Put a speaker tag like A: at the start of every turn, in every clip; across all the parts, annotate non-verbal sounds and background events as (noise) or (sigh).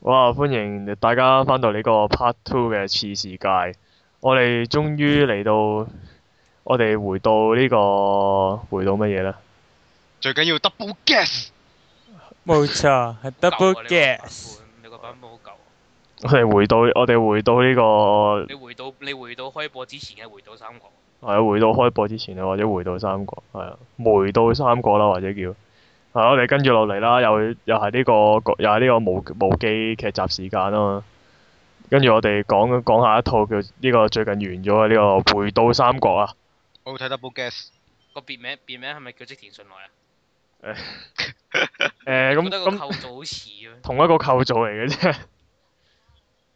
A: 哇！歡迎大家翻到呢個 Part Two 嘅次世界，我哋終於嚟到，我哋回到呢、個回到乜嘢呢？
B: 最緊要 double guess，
C: 冇
D: (laughs)
C: 錯，係 double
D: 舊啊，你個
C: guess。
D: 版本你個版本好舊啊，
A: 我哋回到我哋回到呢、個
D: 你回到你回到開播之前嘅回到三國，
A: 係啊回到開播之前啊，或者回到三國係啊，回到三國啦，或者叫係啊我哋跟住落嚟啦，又又係呢、個又係呢個無無記劇集時間啊嘛。跟住我哋講講下一套叫呢、個最近完咗嘅呢個《回到三國》啊。
B: 我睇 double guess，
D: 個別名別名係咪叫織田信奈啊？
A: 誒咁
D: 覺得個
A: 咁
D: 構造好似啊，
A: 同一個構造嚟嘅啫。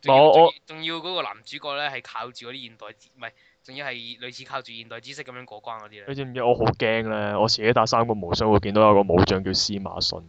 D: 仲
A: 我
D: 要
A: 我
D: 仲要仲要嗰個男主角咧係靠住嗰啲現代知唔係，仲要係類似靠住現代知識咁樣過關嗰啲咧
A: 你。知唔知我好驚咧？我自己打三國無雙會見到有個武將叫司馬信，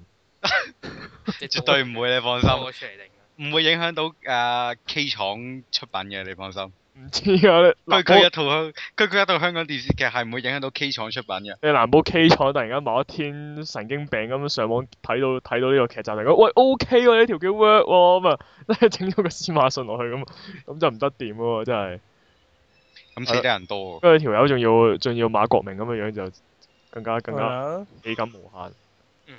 D: 即係
B: 絕對唔會，你放
D: 多
B: 心，
D: 出嚟定㗎。
B: 唔會影響到誒 K 廠出品嘅，你放心。
A: 唔知啊！
B: 佢
A: 嗱
B: 佢一
A: 佢
B: 套香，佢佢一套香港電視劇係唔會影響到 K 廠出品嘅。
A: 你難保 K 廠突然間某一天神經病咁上網睇到睇到呢個劇集，突然間喂 OK 喎呢條叫 work 喎咁啊， (laughs) 跟住整咗個司馬信落去咁，啊咁就唔得掂喎真係。
B: 咁死得人多喎。
A: 跟住條友仲要仲要馬國明咁嘅樣就更加更加。
C: Hello，
A: 喜感無限。
D: 嗯。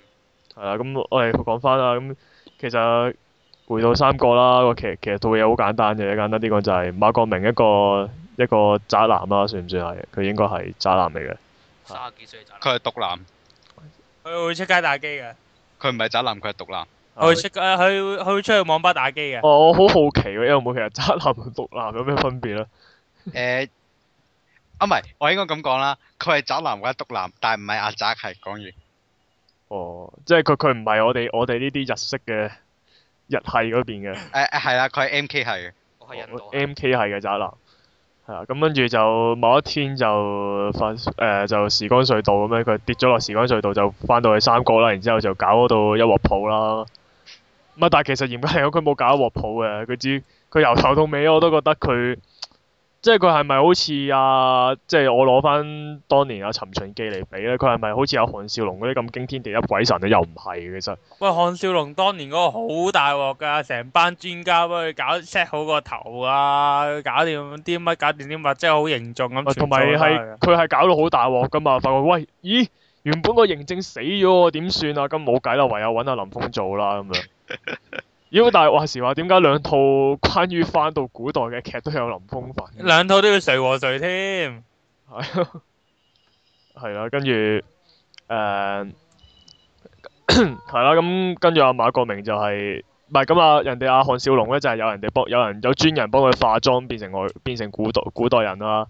A: 係啦，咁我哋講翻啦，咁其實回到三國啦，個其其實套嘢好簡單嘅，簡單啲講就係馬國明一個一個宅男啦，算唔算係？佢應該係宅男嚟嘅。
D: 三十幾歲就
B: 佢係毒男，
C: 佢會出街打機嘅，
B: 佢唔係宅男，佢係毒男。
C: 佢會出街，佢會佢會出去網吧打機嘅。
A: 啊我我好好奇喎，因為冇其實宅男同毒男有咩分別咧？
B: (laughs) 誒，啊唔係，我應該咁講啦，佢係宅男或者毒男，但係唔係阿宅係講完。
A: 哦，即係佢佢唔係我哋我哋呢啲日式嘅日系嗰邊嘅。
B: 誒誒係啦，佢係 M K 係嘅。
D: 我係印度人，
A: 哦 M K 系嘅宅男，係啊，咁跟住就某一天就發誒、呃就時光隧道咁樣，佢跌咗落時光隧道就翻到去三國啦，然之後就搞嗰度一鑊泡啦。咁啊，但係其實嚴格嚟講，佢冇搞一鑊泡嘅，佢只佢由頭到尾我都覺得佢即係佢係咪好似啊，即係我攞翻當年阿、尋秦記嚟比咧，佢係咪好似阿韓少龍嗰啲咁驚天地泣鬼神咧？又唔係嘅其實。
C: 喂，韓少龍當年嗰個好大鑊㗎，成班專家幫佢搞 set 好個頭啊，搞掂啲乜，搞掂啲乜，真係好凝重咁。
A: 哦同埋
C: 啊
A: 係佢係搞到好大鑊噶嘛，發覺喂，咦，原本個認證死咗喎，點算啊？咁冇計啦，唯有揾阿林峰做啦咁樣。妖，但係話時話點解兩套關於翻到古代嘅劇都有林峰份？
C: 兩套都要誰和誰添？
A: 係啊係啦，跟住誒 (coughs) 係啦，咁跟住阿馬國明就係、唔係咁啊？人哋阿韓少龍咧就係、有人哋幫有人有專人幫佢化妝變成外變成古代古代人啦。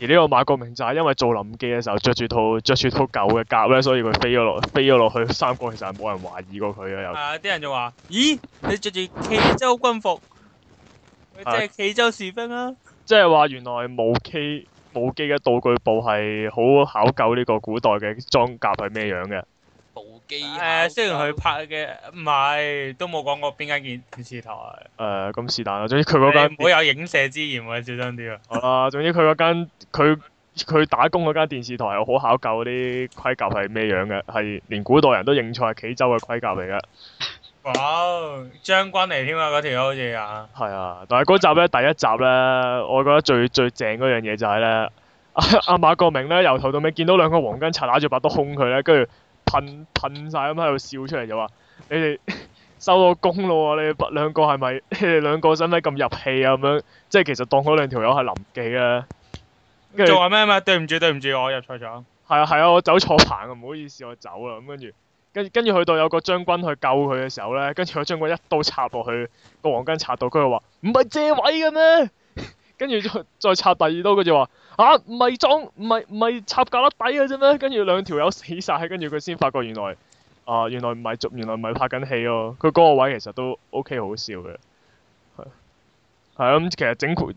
A: 而呢個馬國明就係因為做臨記嘅時候着住套着住套舊嘅甲咧，所以佢飛咗落飛咗落去 (laughs) 三國，其實係冇人懷疑過佢嘅又。
C: 啊！啲人就話：咦，你着住冀州軍服，佢
A: 啊
C: 即係冀州士兵啊！
A: 即係話原來武器武器嘅道具部係好考究呢個古代嘅裝甲係咩樣嘅。
D: 暴機
C: 誒，雖然佢
D: 拍
C: 拍嘅唔係，都冇講過邊間電電視台。
A: 誒咁是但啦，總之佢嗰間
C: 你唔好有影射之嫌喎，小心啲啊！
A: 好啦，總之佢嗰間佢佢打工嗰間電視台又好考究啲規格係咩樣嘅，係連古代人都認錯係冀州嘅規格嚟嘅。
C: 哇，將軍嚟添啊，嗰條友好似啊，
A: 係啊，但係嗰集咧第一集咧，我覺得最最正嗰樣嘢就係咧，阿、 (laughs) 阿馬國明咧由頭到尾見到兩個黃巾賊拿住把刀兇佢咧，跟住噴噴晒咁喺度笑出嚟就話：你哋 (laughs) 收到工咯喎，你哋兩個係咪 (laughs) 你哋兩個使唔使咁入戲啊？咁樣即係其實當嗰兩條友係臨記咧。跟住
C: 仲話咩咩？對唔住對唔住，我入錯咗。
A: 係啊係啊，我走錯棚啊，唔好意思，我走啦。咁跟住，跟跟住去到有個將軍去救佢嘅時候咧，跟住個將軍一刀插落去個黃巾插到，佢就話唔係借位嘅咩？ (laughs) 跟住再再插第二刀，佢就話啊唔係裝唔係唔係插架甩底嘅啫咩？跟住兩條友死晒，跟住佢先發覺原來啊原來唔係原來唔係拍緊戲咯。佢嗰個位其實都 OK 好笑嘅，係係啊咁其實整括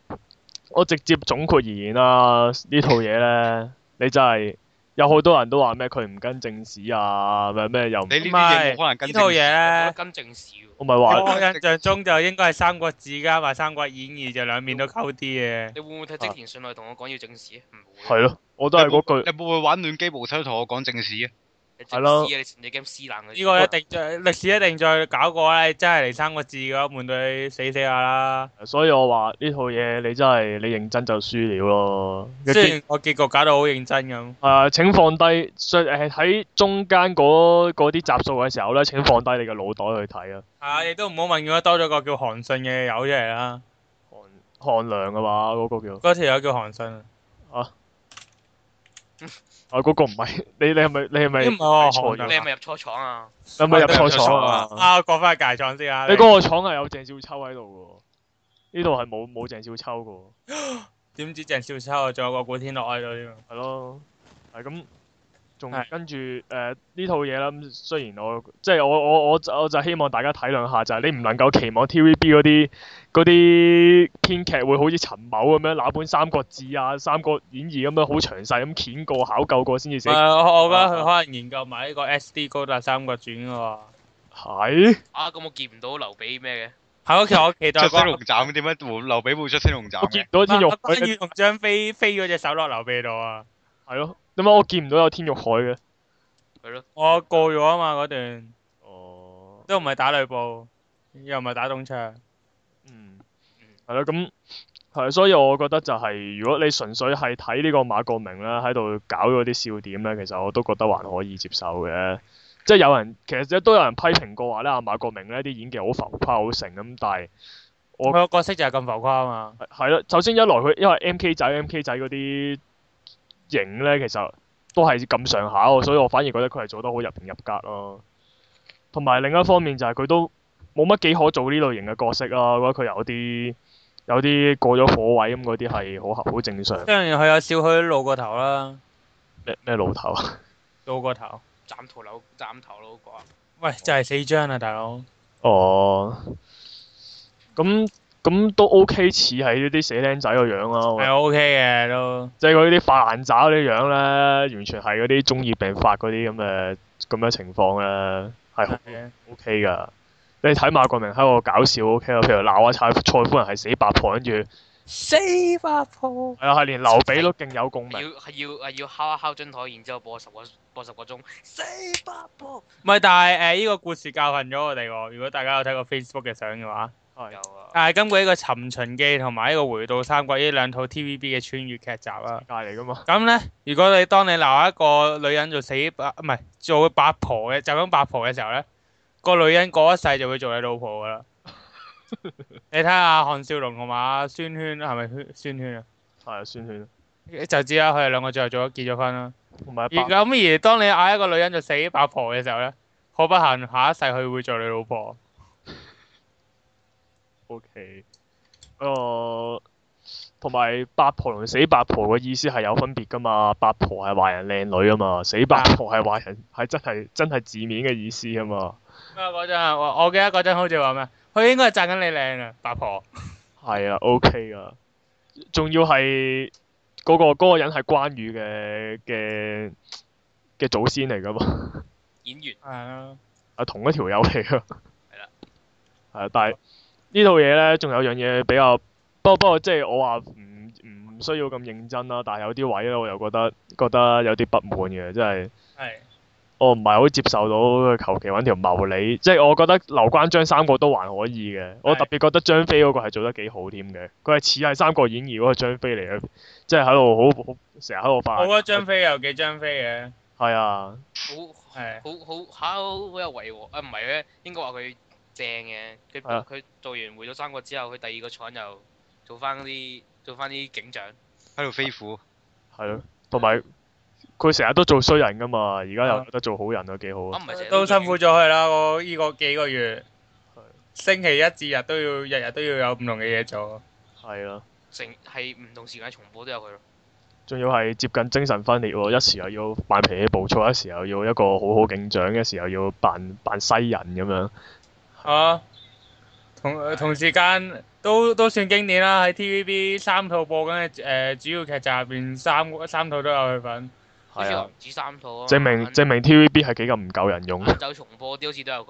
A: 我直接總括而言啦，呢套嘢咧你真係〜有好多人都話咩佢唔跟正史啊，咩咩又唔
B: 你呢啲
C: 唔
B: 嘢
C: 係
B: 冇可能跟
C: 呢套嘢咧，
D: 跟正史喎，
A: 我咪話
C: 我印象中就應該係《三國志》加埋《三國演義》，就兩面都溝啲嘅。
D: 你會唔會睇織田信奈同我講要正史啊？唔會。
A: 係咯，我都係嗰句
B: 你會唔會玩亂機無手同我講正史啊？
A: 係咯
D: 你成隻 game 撕爛佢。
C: 呢個一定再歷史一定再搞過啦，你真係嚟三個字嘅話，悶到你死死下啦。
A: 所以我話呢套嘢你真係你認真就輸了咯。
C: 雖然個結局搞到好認真咁，
A: 誒、請放低，所以誒喺中間嗰嗰啲集數嘅時候咧，請放低你嘅腦袋去睇啊。
C: 係啊，亦都唔好問佢多咗個叫韓信嘅友出嚟啦。
A: 韓韓良嘅話，嗰、個叫
C: 嗰條友叫韓信啊，
A: 啊嗰、個唔係 (laughs) 你你係咪你係咪
C: 咦唔係
A: 睇
C: 喎
A: 錯
C: 韓良
D: 你
A: 咗
D: 係咪入錯廠啊？
A: 你係咪入
C: 啊
A: 錯廠
B: 入
A: 啊？
C: 啊，我講翻界廠先啊。
A: 你嗰個廠係有鄭少秋喺度嘅喎，呢度係冇冇鄭少秋嘅喎。
C: 點知鄭少秋啊，仲有個古天樂喺度添啊。
A: 係咯，係咁，仲
C: 係
A: 跟住誒呢套嘢啦。咁雖然我即係我我我就我就希望大家體諒下，就係、你唔能夠期望 TVB 嗰啲嗰啲編劇會好似陳某咁樣拿本《三國志》啊、《三國演義》咁樣好詳細咁鉗過、考究過先至寫
C: 唔。係我我覺得佢可能研究埋呢個 SD 高達三國傳嘅喎。
A: (laughs) 係
D: 啊，咁我見唔到劉備咩嘅。
C: 係咯，其實我期待
B: 出
C: 嗰
B: 升龍斬點解會劉備會出升龍斬
A: 我
B: 嘅
A: 見？唔到天玉
C: 個
A: 海
C: 關
A: 嘅，
C: 羽同張飛飛嗰隻手落劉備度啊！
A: 係咯，點解我見唔到有天玉海嘅？
C: 我過咗啊嘛嗰段，
A: 哦，
C: 都唔係打呂布，又唔係打董卓。
A: 嗯，係咯，咁係，所以我覺得就係、如果你純粹係睇呢個馬國明啦，喺度搞嗰啲笑點咧，其實我都覺得還可以接受嘅。即係有人其實都有人批評過話咧，阿馬國明呢啲演技好浮誇好成咁，但係我
C: 佢個角色就係咁浮誇啊嘛。
A: 係係咯，首先一來佢因為 M K 仔 M K 仔嗰啲型咧，其實都係咁上下喎，所以我反而覺得佢係做得好入型入格咯。同埋另一方面就係佢都冇乜幾可做呢類型嘅角色啊，我覺得佢有啲有啲過咗火位咁嗰啲係好合好正常。
C: 雖然佢有少許露個頭啦，
A: 咩咩老頭啊？
C: 露個頭。
D: 斬頭佬，斬頭佬啩。
C: 喂，就係四張啦，大佬。
A: 哦，咁咁都 OK 似係呢啲死僆仔個樣啦，我覺得
C: 係 OK 嘅都。
A: 即係佢啲發爛渣嗰啲樣咧，完全係嗰啲中二病發嗰啲咁嘅咁嘅情況咧，係好
C: 係啊
A: OK 噶。你睇馬國明喺度搞笑 OK 啊，譬如鬧下蔡蔡夫人係死八婆，跟住係
C: 四百鋪。
A: 啊，係連劉備都勁有共
D: 要
A: 鳴。
D: 係要係要敲一敲張台，然之後播十個播十個鐘，四百波
C: 唔係，但係誒呢個故事教訓咗我哋喎。如果大家有睇過 Facebook 嘅相嘅話，
A: 係
D: 有啊！
C: 但係今季呢個《尋秦記》同埋呢個《回到三國》呢兩套 TVB 嘅穿越劇集啦。
A: 界嚟噶嘛？
C: 咁咧，如果你當你鬧一個女人做死八唔係做八婆嘅，就咁八婆嘅時候咧，個女人過一世就會做你老婆噶啦。你睇下韓少龍同埋阿孫圈係咪圈孫圈啊？
A: 係啊，宣萱
C: 就知啦，佢哋兩個最後做咗結咗婚啦。
A: 同埋
C: 而
A: 白
C: 咁而當你嗌一個女人做死八婆嘅時候咧，好不幸下一世佢會做你老婆。
A: OK。誒，同埋八婆同死八婆嘅意思係有分別噶嘛？八婆係壞人靚女啊嘛，死八婆係壞人係真係真係字面嘅意思啊嘛。
C: 咩啊嗰陣啊我我記得嗰陣好似話咩？佢應該係讚緊你靚啊，八婆。
A: 係啊，OK 噶，仲要係嗰、個嗰、個人係關羽嘅嘅嘅祖先嚟噶嘛，
D: 演員
C: 係啊。
A: 係同一條友嚟噶。係
D: 啦。
A: 係啊，但係呢套嘢咧，仲有樣嘢比較，不過不過即係我話唔唔需要咁認真啦，但係有啲位咧，我又覺得覺得有啲不滿嘅，即係。
C: 係。
A: 我唔係好接受到佢求其揾條茂利，即係我覺得劉關張三個都還可以嘅。我特別覺得張飛嗰個係做得幾好添嘅，佢係似係《三國演義》嗰個張飛嚟嘅，即係喺度好好成日喺度
C: 我
A: 發
C: 覺得張飛有幾張飛嘅，
A: 係啊，
D: 好
C: 係
D: 好好嚇好好有為喎啊！唔係咧，應該話佢正嘅。佢
A: 係啊
D: 佢做完回咗三個之後，佢第二個廠又做翻啲做翻啲警長。
B: 喺度飛虎，
A: 係咯，同埋佢成日都做衰人噶嘛，而家又
C: 啊
A: 覺得做好人啊，幾好
D: 啊，
A: 啊！
D: 唔係成日
C: 都
D: 做
C: 辛苦咗佢啦。我依個幾個月，星期一至日都要日日都要有唔同嘅嘢做。
A: 係啦，
D: 警，成係唔同時間重播都有佢咯。
A: 仲要係接近精神分裂喎，一時又要扮脾氣暴躁，一時又要一個好好警長，一時又要扮扮西人咁樣。
C: 啊，同同時間都都算經典啦。喺 TVB 三套播緊嘅誒主要劇集入邊，三三套都有佢份。
D: 好
A: 係
D: 似話
A: 啊
D: 唔，止三套啊嘛。
A: 證明證明 TVB 係幾咁唔夠人用。
D: 晏晝重播啲好似都有佢。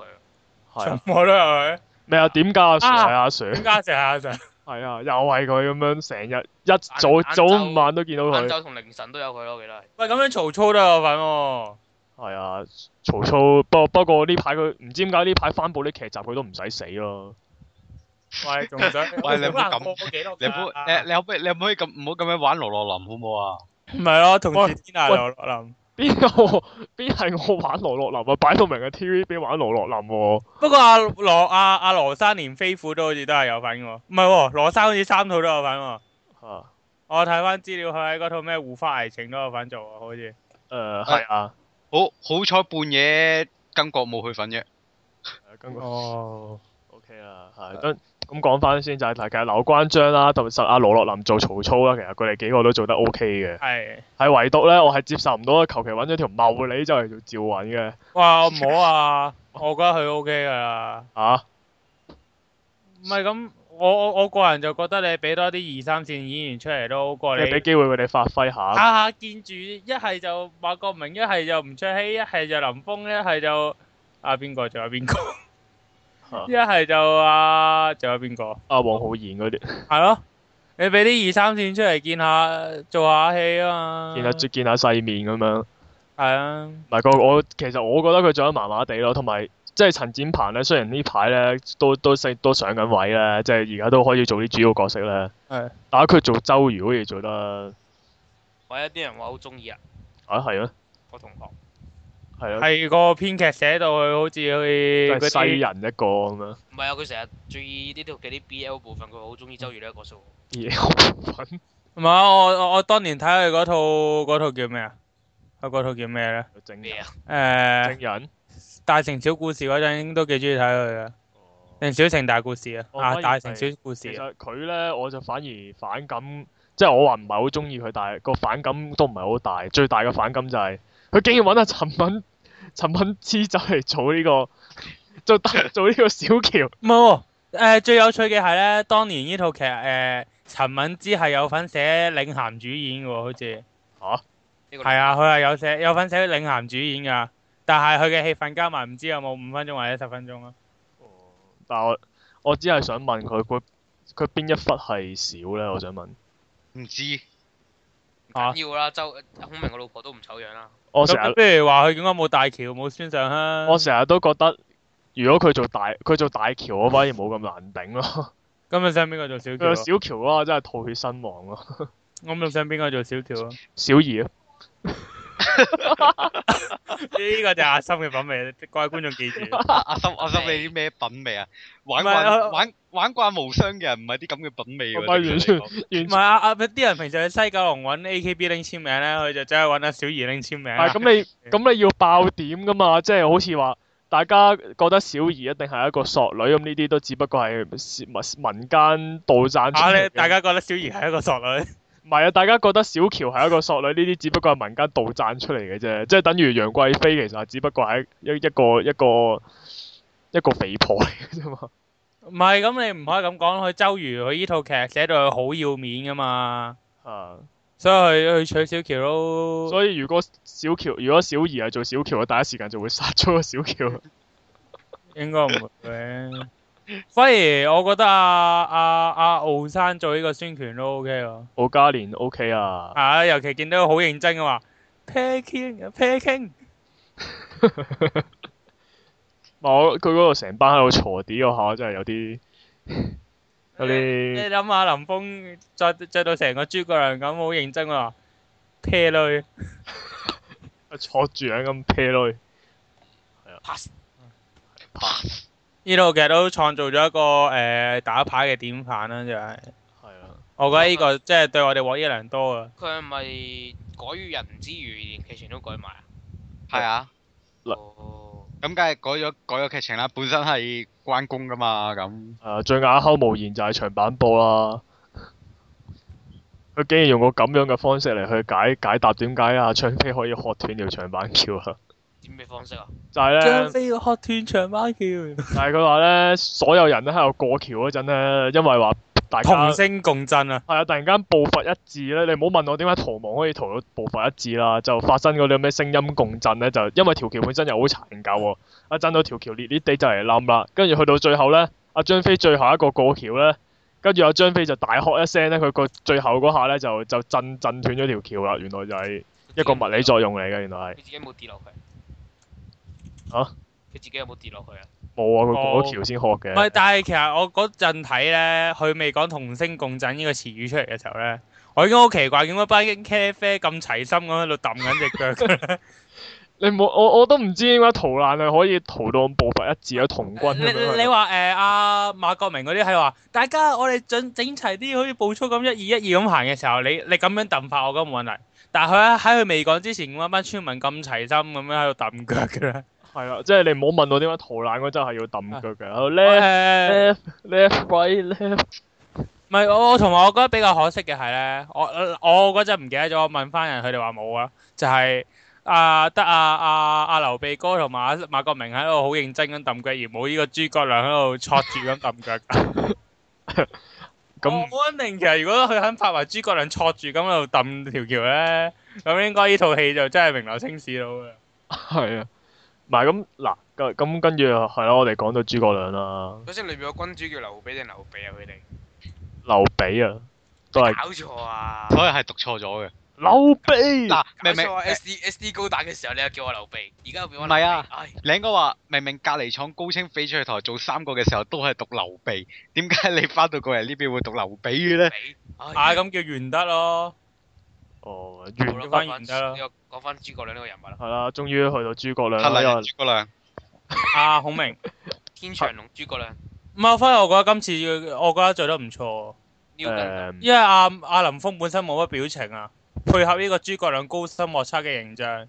A: 係啊。
C: 我都有佢。
A: 咩啊？點解阿 Sir
C: 啊
A: 係阿 Sir？
C: 點解成日阿 Sir？
A: 係啊，又係佢咁樣，成日一
D: 晏
A: 早
D: 晝
A: 早午晚都見到
D: 晏
A: 佢。
D: 晝同凌晨都有佢咯，我記得係。
C: 喂，咁樣曹操都有份喎。
A: 係啊，曹操不不過呢排佢唔知點解呢排翻播啲劇集佢都唔使死咯。
C: 喂，仲想
B: (laughs) 喂你唔好咁
C: 我幾多㗎
B: 你唔好，你你可唔可以你可唔可以咁唔好咁樣玩羅羅林好唔好啊？
C: 唔係咯，同
A: 喂
C: 是天下羅羅林。
A: 邊有邊係我玩羅樂林啊？擺到明嘅 TVB 玩羅樂林喎、
C: 不過阿羅阿阿羅生連飛虎都好似都係有份嘅喎，唔係喎，羅生好似三套都有份喎。
A: 啊
C: 我睇翻資料，佢喺嗰套咩護花危情都有份做喎，好似。
A: 誒係啊，
B: 好好彩半夜巾國冇去份啫。
A: 誒跟
C: 哦。
A: OK 啦，係跟咁講翻先就係、其實劉關張啦，特別阿羅樂林做曹操啦，其實佢哋幾個都做得 OK 嘅。
C: 係。
A: 係唯獨咧，我係接受唔到，啊求其揾咗條茂利就嚟做趙雲嘅
C: 哇！唔好啊，我覺得佢 O K 噶啦。
A: 嚇。
C: 唔係咁，我我我個人就覺得你俾多啲二三線演員出嚟都好過
A: 啊你
C: 你啊
A: 俾機會佢哋發揮下，
C: 下下見住一係就馬國明，一係就吳卓羲，一係就林峰，一係就啊邊個，仲有邊個，一係就啊仲有邊個。
A: 阿黃浩然嗰啲，
C: 系咯，你俾啲二三線出嚟見下，做下戲啊嘛。
A: 見下見下世面咁樣。
C: 係啊，
A: 唔係個我其實我覺得佢做得麻麻地咯，同埋即係陳展鵬咧，雖然呢排咧都都升都上緊位咧，即係而家都可以做啲主要角色咧。
C: 係
A: 但係佢做周瑜好似做得
D: 或者有啲人話好中意啊，
A: 啊係啊
D: 我同學
A: 係啊，
C: 係個編劇寫到佢好似佢
A: 都係
C: 嗰
A: 西
C: 啲
A: 人一個咁樣。
D: 唔係啊，佢成日注意呢度嘅啲 BL 部分，佢好中意周瑜呢一個數。
A: 嘢
C: 唔係啊我我我當年睇佢嗰套嗰套叫咩啊？佢嗰套叫咩咧？
A: 整
D: 咩
A: 人
D: 啊？
C: 誒、
A: 整人。
C: 大城小故事嗰陣都幾中意睇佢嘅，定小城大故事啊？
A: 我
C: 啊，
A: 反而
C: 大城小
A: 係
C: 故事
A: 其
C: 啊，
A: 實佢咧，我就反而反感，即係我話唔係好中意佢，但係個反感都唔係好大。最大嘅反感就係、佢竟然揾阿陳敏 (laughs) 陳敏之走嚟做呢、個 (laughs) 做大做呢個小喬。
C: 唔係喎，誒最有趣嘅係咧，當年呢套劇誒、陳敏之係有份寫領銜主演嘅喎，好似。
D: 呢個
C: 係啊，佢係有寫有份寫領銜主演噶，但係佢嘅戲份加埋唔知有冇五分鐘或者十分鐘啊咯。
A: 但係我我只係想問佢佢佢邊一忽係少咧？我想問。
B: 唔知
D: 唔緊要啦，周孔明個老婆都唔醜樣啦。
A: 我成
C: 咁
A: 日
C: 不如話佢應該冇大橋冇孫尚香。
A: 我成日都覺得，如果佢做大佢做大喬，我反而冇咁難頂咯。
C: 咁你想邊個做小
A: 佢做
C: 喬啊？
A: (laughs) 小喬嘅話，真係吐血身亡咯。
C: 咁你想邊個做小喬啊？
A: 小二啊，
C: (laughs) 呢個就係阿心嘅品味，各位觀眾記住。
B: 阿阿心阿心你啲咩品味啊？玩
C: 唔係啊
B: 慣玩玩慣無雙嘅人唔係啲咁嘅品味
A: 唔係
B: 喎。對
A: 完
B: 佢
A: 全
B: 嚟講
C: 唔
A: 完
C: 係啊啊！啲人平時去西九龍揾 AKB 拎簽名咧，佢就走去揾阿小儀拎簽名啊啦。
A: 係咁你咁你要爆點噶嘛？即係好似話大家覺得小儀一定係一個索女咁，呢啲都只不過係民民間杜撰出
C: 啊
A: 嚟
C: 你
A: 嘅。
C: 大家覺得小儀係一個傻女？
A: 唔係啊！大家覺得小喬係一個索女，呢啲只不過係民間杜撰出嚟嘅啫，即係等於楊貴妃其實只不過係一一個一個一個肥婆嚟嘅啫嘛。 (laughs)
C: 唔係咁，你唔可以咁講。佢周瑜佢呢套劇寫到佢好要面噶嘛。
A: 啊！
C: 所以佢去取小喬都，
A: 所以如果小喬如果小儀係做小喬，我第一時間就會殺咗個小喬。
C: 應該唔會嘅。 (laughs) 反而我覺得阿阿阿敖山做呢個宣傳都 OK 喎，
A: 奧嘉蓮 OK 啊，
C: 啊，尤其見到佢好認真嘅話，packing packing，
A: 我佢嗰度成班喺度鋤啲嗰下，真係有啲有
C: 你
A: 啲
C: 諗下林峰着着到成個諸葛亮咁好認真喎，啤女
A: 坐住樣咁啤女。
D: pass
C: 呢套劇都創造咗一個誒、呃打牌嘅典範啦，就係、
A: 係啊，
C: 我覺得呢、個即係對我哋獲益良多啊。
D: 佢係咪改於人之餘，連劇情都改埋啊？
B: 係啊，
A: 嗱
D: 哦，
B: 咁梗係改咗改咗劇情啦。本身係關公噶嘛，咁
A: 係啊，最啞口無言就係長板波啦。佢竟然用個咁樣嘅方式嚟去解解答點解啊張飛可以喝斷條長板橋啊！
D: 點咩方式啊？
A: 就係
C: 張
A: 咧，
C: 飛要喝斷長孖橋，
A: 就係佢話咧，所有人都喺度過橋嗰陣咧，因為話大家
C: 同聲共振啊！
A: 係啊，突然間步伐一致咧，你唔好問我點解逃亡可以逃到步伐一致啦，就發生嗰啲咩聲音共振咧，就因為條橋本身又好殘舊喎，一震到條橋裂裂地就嚟冧啦，跟住去到最後咧，阿張飛最後一個過橋咧，跟住阿張飛就大喝一聲咧，佢個最後嗰下咧就就震震斷咗條橋啦，原來就係一個物理作用嚟嘅，原來係
D: 佢自己冇跌落去，
A: 嚇
D: 佢自己有冇跌落去啊？
A: 冇啊，佢過
C: 哦
A: 咗橋先學嘅。
C: 唔係，但係其實我嗰陣睇咧，佢未講同聲共振呢個詞語出嚟嘅時候咧，我已經好奇怪，點解班茄啡咁齊心咁喺度揼緊只腳嘅咧？
A: 你冇我我都唔知點解逃難係可以逃到步伐一致啊同軍咁
C: (laughs) 你
A: 樣
C: 你你
A: 係。
C: 話誒阿馬國明嗰啲係話，大家我哋整整齊啲，好似步操咁一二一二咁行嘅時候，你你咁樣揼法我咁冇問題。但係佢喺喺佢未講之前，嗰班村民咁齊心咁樣喺度揼腳嘅咧。
A: 係啦，即係你唔好問我點解逃難嗰陣係要揼腳嘅。好
C: 誒、
A: left left left right left。
C: 唔係我我同埋我覺得比較可惜嘅係咧，我我嗰陣唔記得咗，我問翻人佢哋話冇啊，就係、啊得啊啊啊劉備哥同埋阿馬國明喺度好認真咁揼腳，而冇呢個諸葛亮喺度戳住咁揼腳。 (laughs)
A: 咁
C: 我安定其實如果佢肯拍埋諸葛亮戳住咁喺度揼條橋咧，咁應該呢套戲就真係名留青史到嘅。
A: 係啊，唔係咁嗱，咁咁跟住係啦，我哋講到諸葛亮啦，
D: 嗰隻裏面個君主叫劉備定劉備啊？佢哋
A: 劉備啊，都係
D: 搞錯啊！
B: 所以係讀錯咗嘅。
A: 劉備
B: 嗱，明明
D: 搞錯啊 S D S D 高達嘅時候，你又叫我劉備，而家又變
B: 唔
D: 我劉
B: 係
D: 備
B: 啊
D: 唉
B: (laughs) 你應該話明明隔離廠高清翡翠台做三個嘅時候都係讀劉備，點解你翻到過嚟呢邊會讀劉備嘅咧？
D: 備，
C: 啊，
D: 唉
C: 咁叫玄德咯，
A: 哦，完
D: 好啦
C: 叫返
D: 講返
C: 完得啦
D: 呢個講翻諸葛亮呢個人物啦，
A: 係啦，終於去到諸葛亮
B: 黑
A: 啦，因
B: 人
A: 為
B: 諸葛亮，
C: 啊孔明。
D: 天長龍諸葛亮
C: 唔係，反而我覺得今次我覺得做得唔錯喎。
D: 呢個
A: 誒
C: 因為阿阿林峰本身冇乜表情啊，配合呢個諸葛亮高深莫測嘅形象，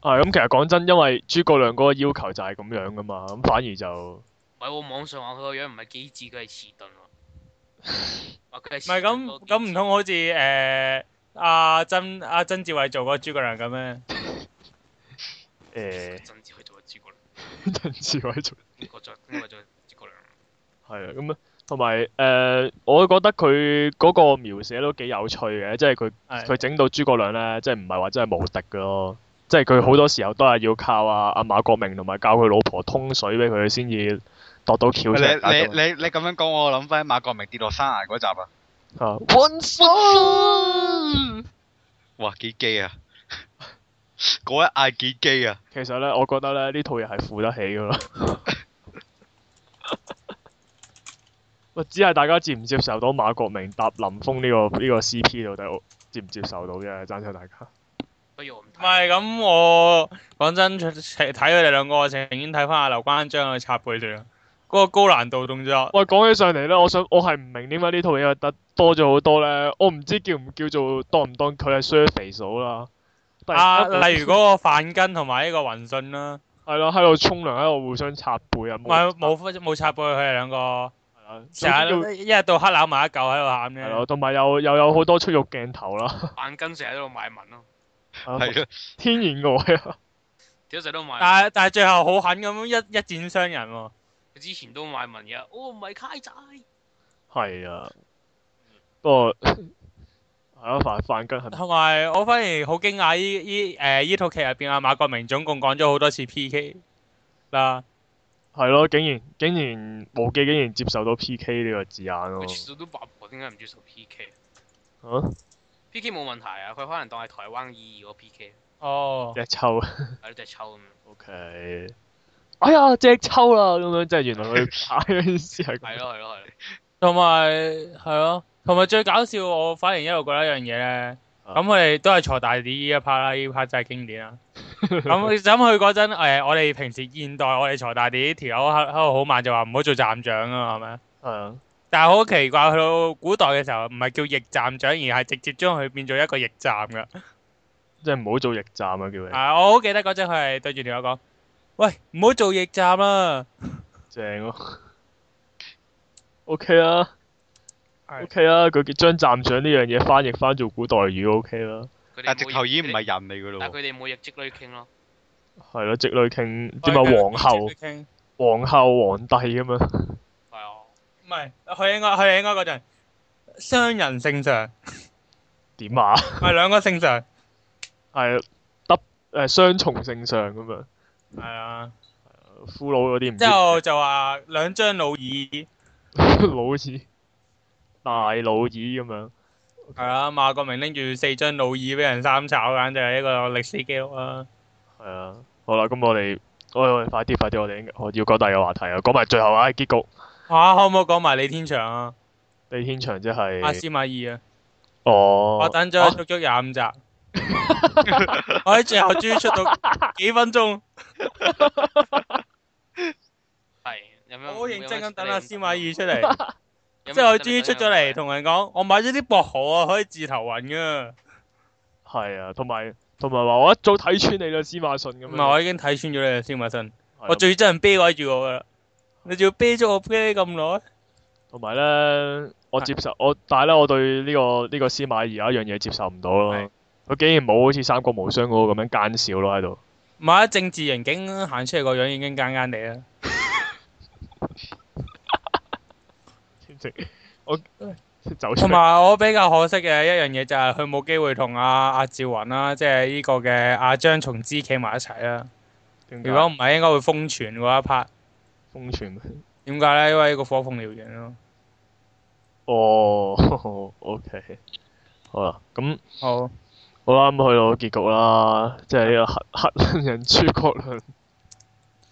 A: 係咁，其實講真，因為諸葛亮嗰個要求就係咁樣噶嘛，咁反而就
D: 唔係喎，網上話佢個樣唔係機智，佢係遲鈍喎。
B: (laughs)
D: 話佢係
C: 唔係咁咁唔通好似誒阿曾阿曾志偉做嗰個諸葛亮咁咩？
D: (laughs)
A: 誒
D: 甚至去做諸葛亮，
A: 鄧志偉做
B: (laughs)
D: 邊個做邊個做諸葛亮？
A: 係啊，咁啊同埋誒，我覺得佢嗰個描寫都幾有趣嘅，即係佢
C: 係
A: 佢整到諸葛亮咧，即係唔係話真係無敵嘅咯，即係佢好多時候都係要靠啊阿馬國明同埋教佢老婆通水俾佢先至度到橋啊
B: 你
A: 出嚟打
B: 你
A: 到。
B: 你你咁樣講，我諗翻馬國明跌落山崖嗰集啊！
A: 啊，one shot
B: 哇，幾基啊！ (laughs) 嗰一嗌幾基啊！
A: 其實咧，我覺得咧呢套嘢係付得起嘅
B: (laughs)
A: 咯。喂，只係大家接唔接受到馬國明搭林峰呢、個呢、個 CP 到底接唔接受到啫，爭咗大家。
D: 不如我唔
C: 唔係
D: 睇。
C: 咁，我講真睇佢哋兩個，我情願睇翻阿劉關張去插佢哋啦。嗰、個高難度動作，
A: 喂，講起上嚟咧，我想我係唔明點解呢套嘢得多咗好多咧，我唔知叫唔叫做當唔當佢係 surface 佬啦。突
C: 啊，
A: 然間
C: 例如嗰個范根同埋呢個雲信啦，
A: 係咯，喺度沖涼，喺度互相插背啊，
C: 唔係冇冇插過佢哋兩個，
A: 係啦
C: 成日一日到黑攬埋一嚿喺度喊
A: 係
C: 嘅
A: 咯，。同埋又又有好多出肉鏡頭啦，
D: 眼根成日喺度賣文咯，
A: 啊
B: 係咯，
A: (laughs) 天然呆啊，
D: 屌成日都賣文。
C: 但係但係最後好狠咁樣一一箭傷人喎、
D: 佢之前都賣文嘅，我唔係卡仔。
B: 哦
A: 係啊，不過係咯，飯飯根係
C: 同埋我反而好驚訝依依誒依套劇入邊阿馬國明總共講咗好多次 P.K. 啦，
A: 係咯，竟然竟然無忌竟然接受到 P.K. 呢個字眼咯
D: 佢，全數都八婆，點解唔接受 P K？P
A: 啊
D: K 冇問題啊，佢可能當係台灣二嗰 P K，
C: 哦，
A: 隻抽
D: 係隻抽咁樣。
A: ，OK，哎呀隻抽啦咁樣，即係原來
C: (laughs)
A: 佢打嗰件事係
D: 係
A: 咁，
D: 咯係咯係咯。
C: 同埋係咯，同埋最搞笑我反而一路覺得一樣嘢咧，
A: 啊
C: 咁佢哋都係坐大啲依一 part 啦，依 part 真係經典啦。咁咁佢嗰陣誒我哋平時現代我哋坐大啲條友喺喺度好慢就話唔好做站長啊嘛，係咪？
A: 係啊，
C: 但係好奇怪，去到古代嘅時候，唔係叫逆站長，而係直接將佢變做一個逆站噶。
A: 即係唔好做逆站啊，叫你
C: 啊，我好記得嗰陣佢係對住條友講：，喂，唔好做逆站啦。
A: 正咯，OK 啊
C: 係
A: ，OK 啊，佢將站長呢樣嘢翻譯翻做古代語 OK 啦，
D: 佢哋
B: 但
D: 冇
B: 直頭已經唔
D: 佢哋
B: 係人嚟噶咯
D: 但
B: 喎。
D: 佢哋冇逆積女傾咯，
A: 係咯，積女傾點啊皇后。
C: 傾
A: 皇后、皇帝咁樣，
D: 係啊。
C: 唔係，佢應該佢應該嗰陣雙人聖上，
A: 點啊？
C: 唔係兩個聖上，
A: 係啊得誒雙重聖上咁樣，
C: 係啊。
A: 俘虜嗰啲唔知
C: 之後就話兩張老耳，
A: (laughs) 老子大老耳咁樣，
C: 係啊，馬國明拎住四張 ờ. 老耳俾人三炒，簡直係一個歷史記錄啊！
A: 係啊。好啦，咁我哋喂喂，快啲快啲，我哋應該我要講第二個話題啊！講埋最後啊，結局
C: 吓可唔可以講埋李天祥啊？
A: 李天祥即
C: 阿
A: 係
C: 司馬懿啊，
A: 哦
C: 我，等咗足足廿五集，我喺最後終於出到幾分鐘，
D: 係有咩？
C: 我好認真咁
D: 有咩
C: 等
D: 你
C: 阿
D: 唔
C: 司
D: 講
C: 馬懿出嚟。
D: 有咩
C: 即係佢
D: 你
C: 終於出
D: 想
C: 咗嚟，
D: 講
C: 同人講，我買咗啲薄荷啊，可以自頭暈噶。
A: 係啊，同埋同埋話我一早睇穿你啦，司馬信咁
C: 唔
A: 樣。
C: 係，我已經睇穿咗你啦，司馬信。
A: 係啊
C: 我最憎人啤鬼住我噶啦，你仲要啤咗我啤咁耐？
A: 同埋咧，我接受我，但係咧，我對呢、個呢、個司馬懿有一樣嘢接受唔到咯
C: 係。
A: 佢竟然冇好似《三國無雙》嗰個咁樣奸笑咯喺
C: (laughs)
A: 度。
C: 唔係啊，政治刑警行出嚟個樣已經奸奸地啊啦。
A: 我走出
C: 同
A: 嚟
C: 埋我比較可惜嘅一樣嘢就係佢冇機會同阿阿趙雲啦，即係呢個嘅阿張松之企埋一齊啦。
A: 點解
C: 如果唔係，應該會瘋傳嗰一 part。
A: 封存
C: 點解咧？因為呢個火鳳燎原咯。
A: 哦 (laughs) ，OK，好啦，咁
C: 好，
A: 好啦，咁去到結局啦，即係呢個黑 (laughs) 黑人人諸葛
C: (laughs)
A: 亮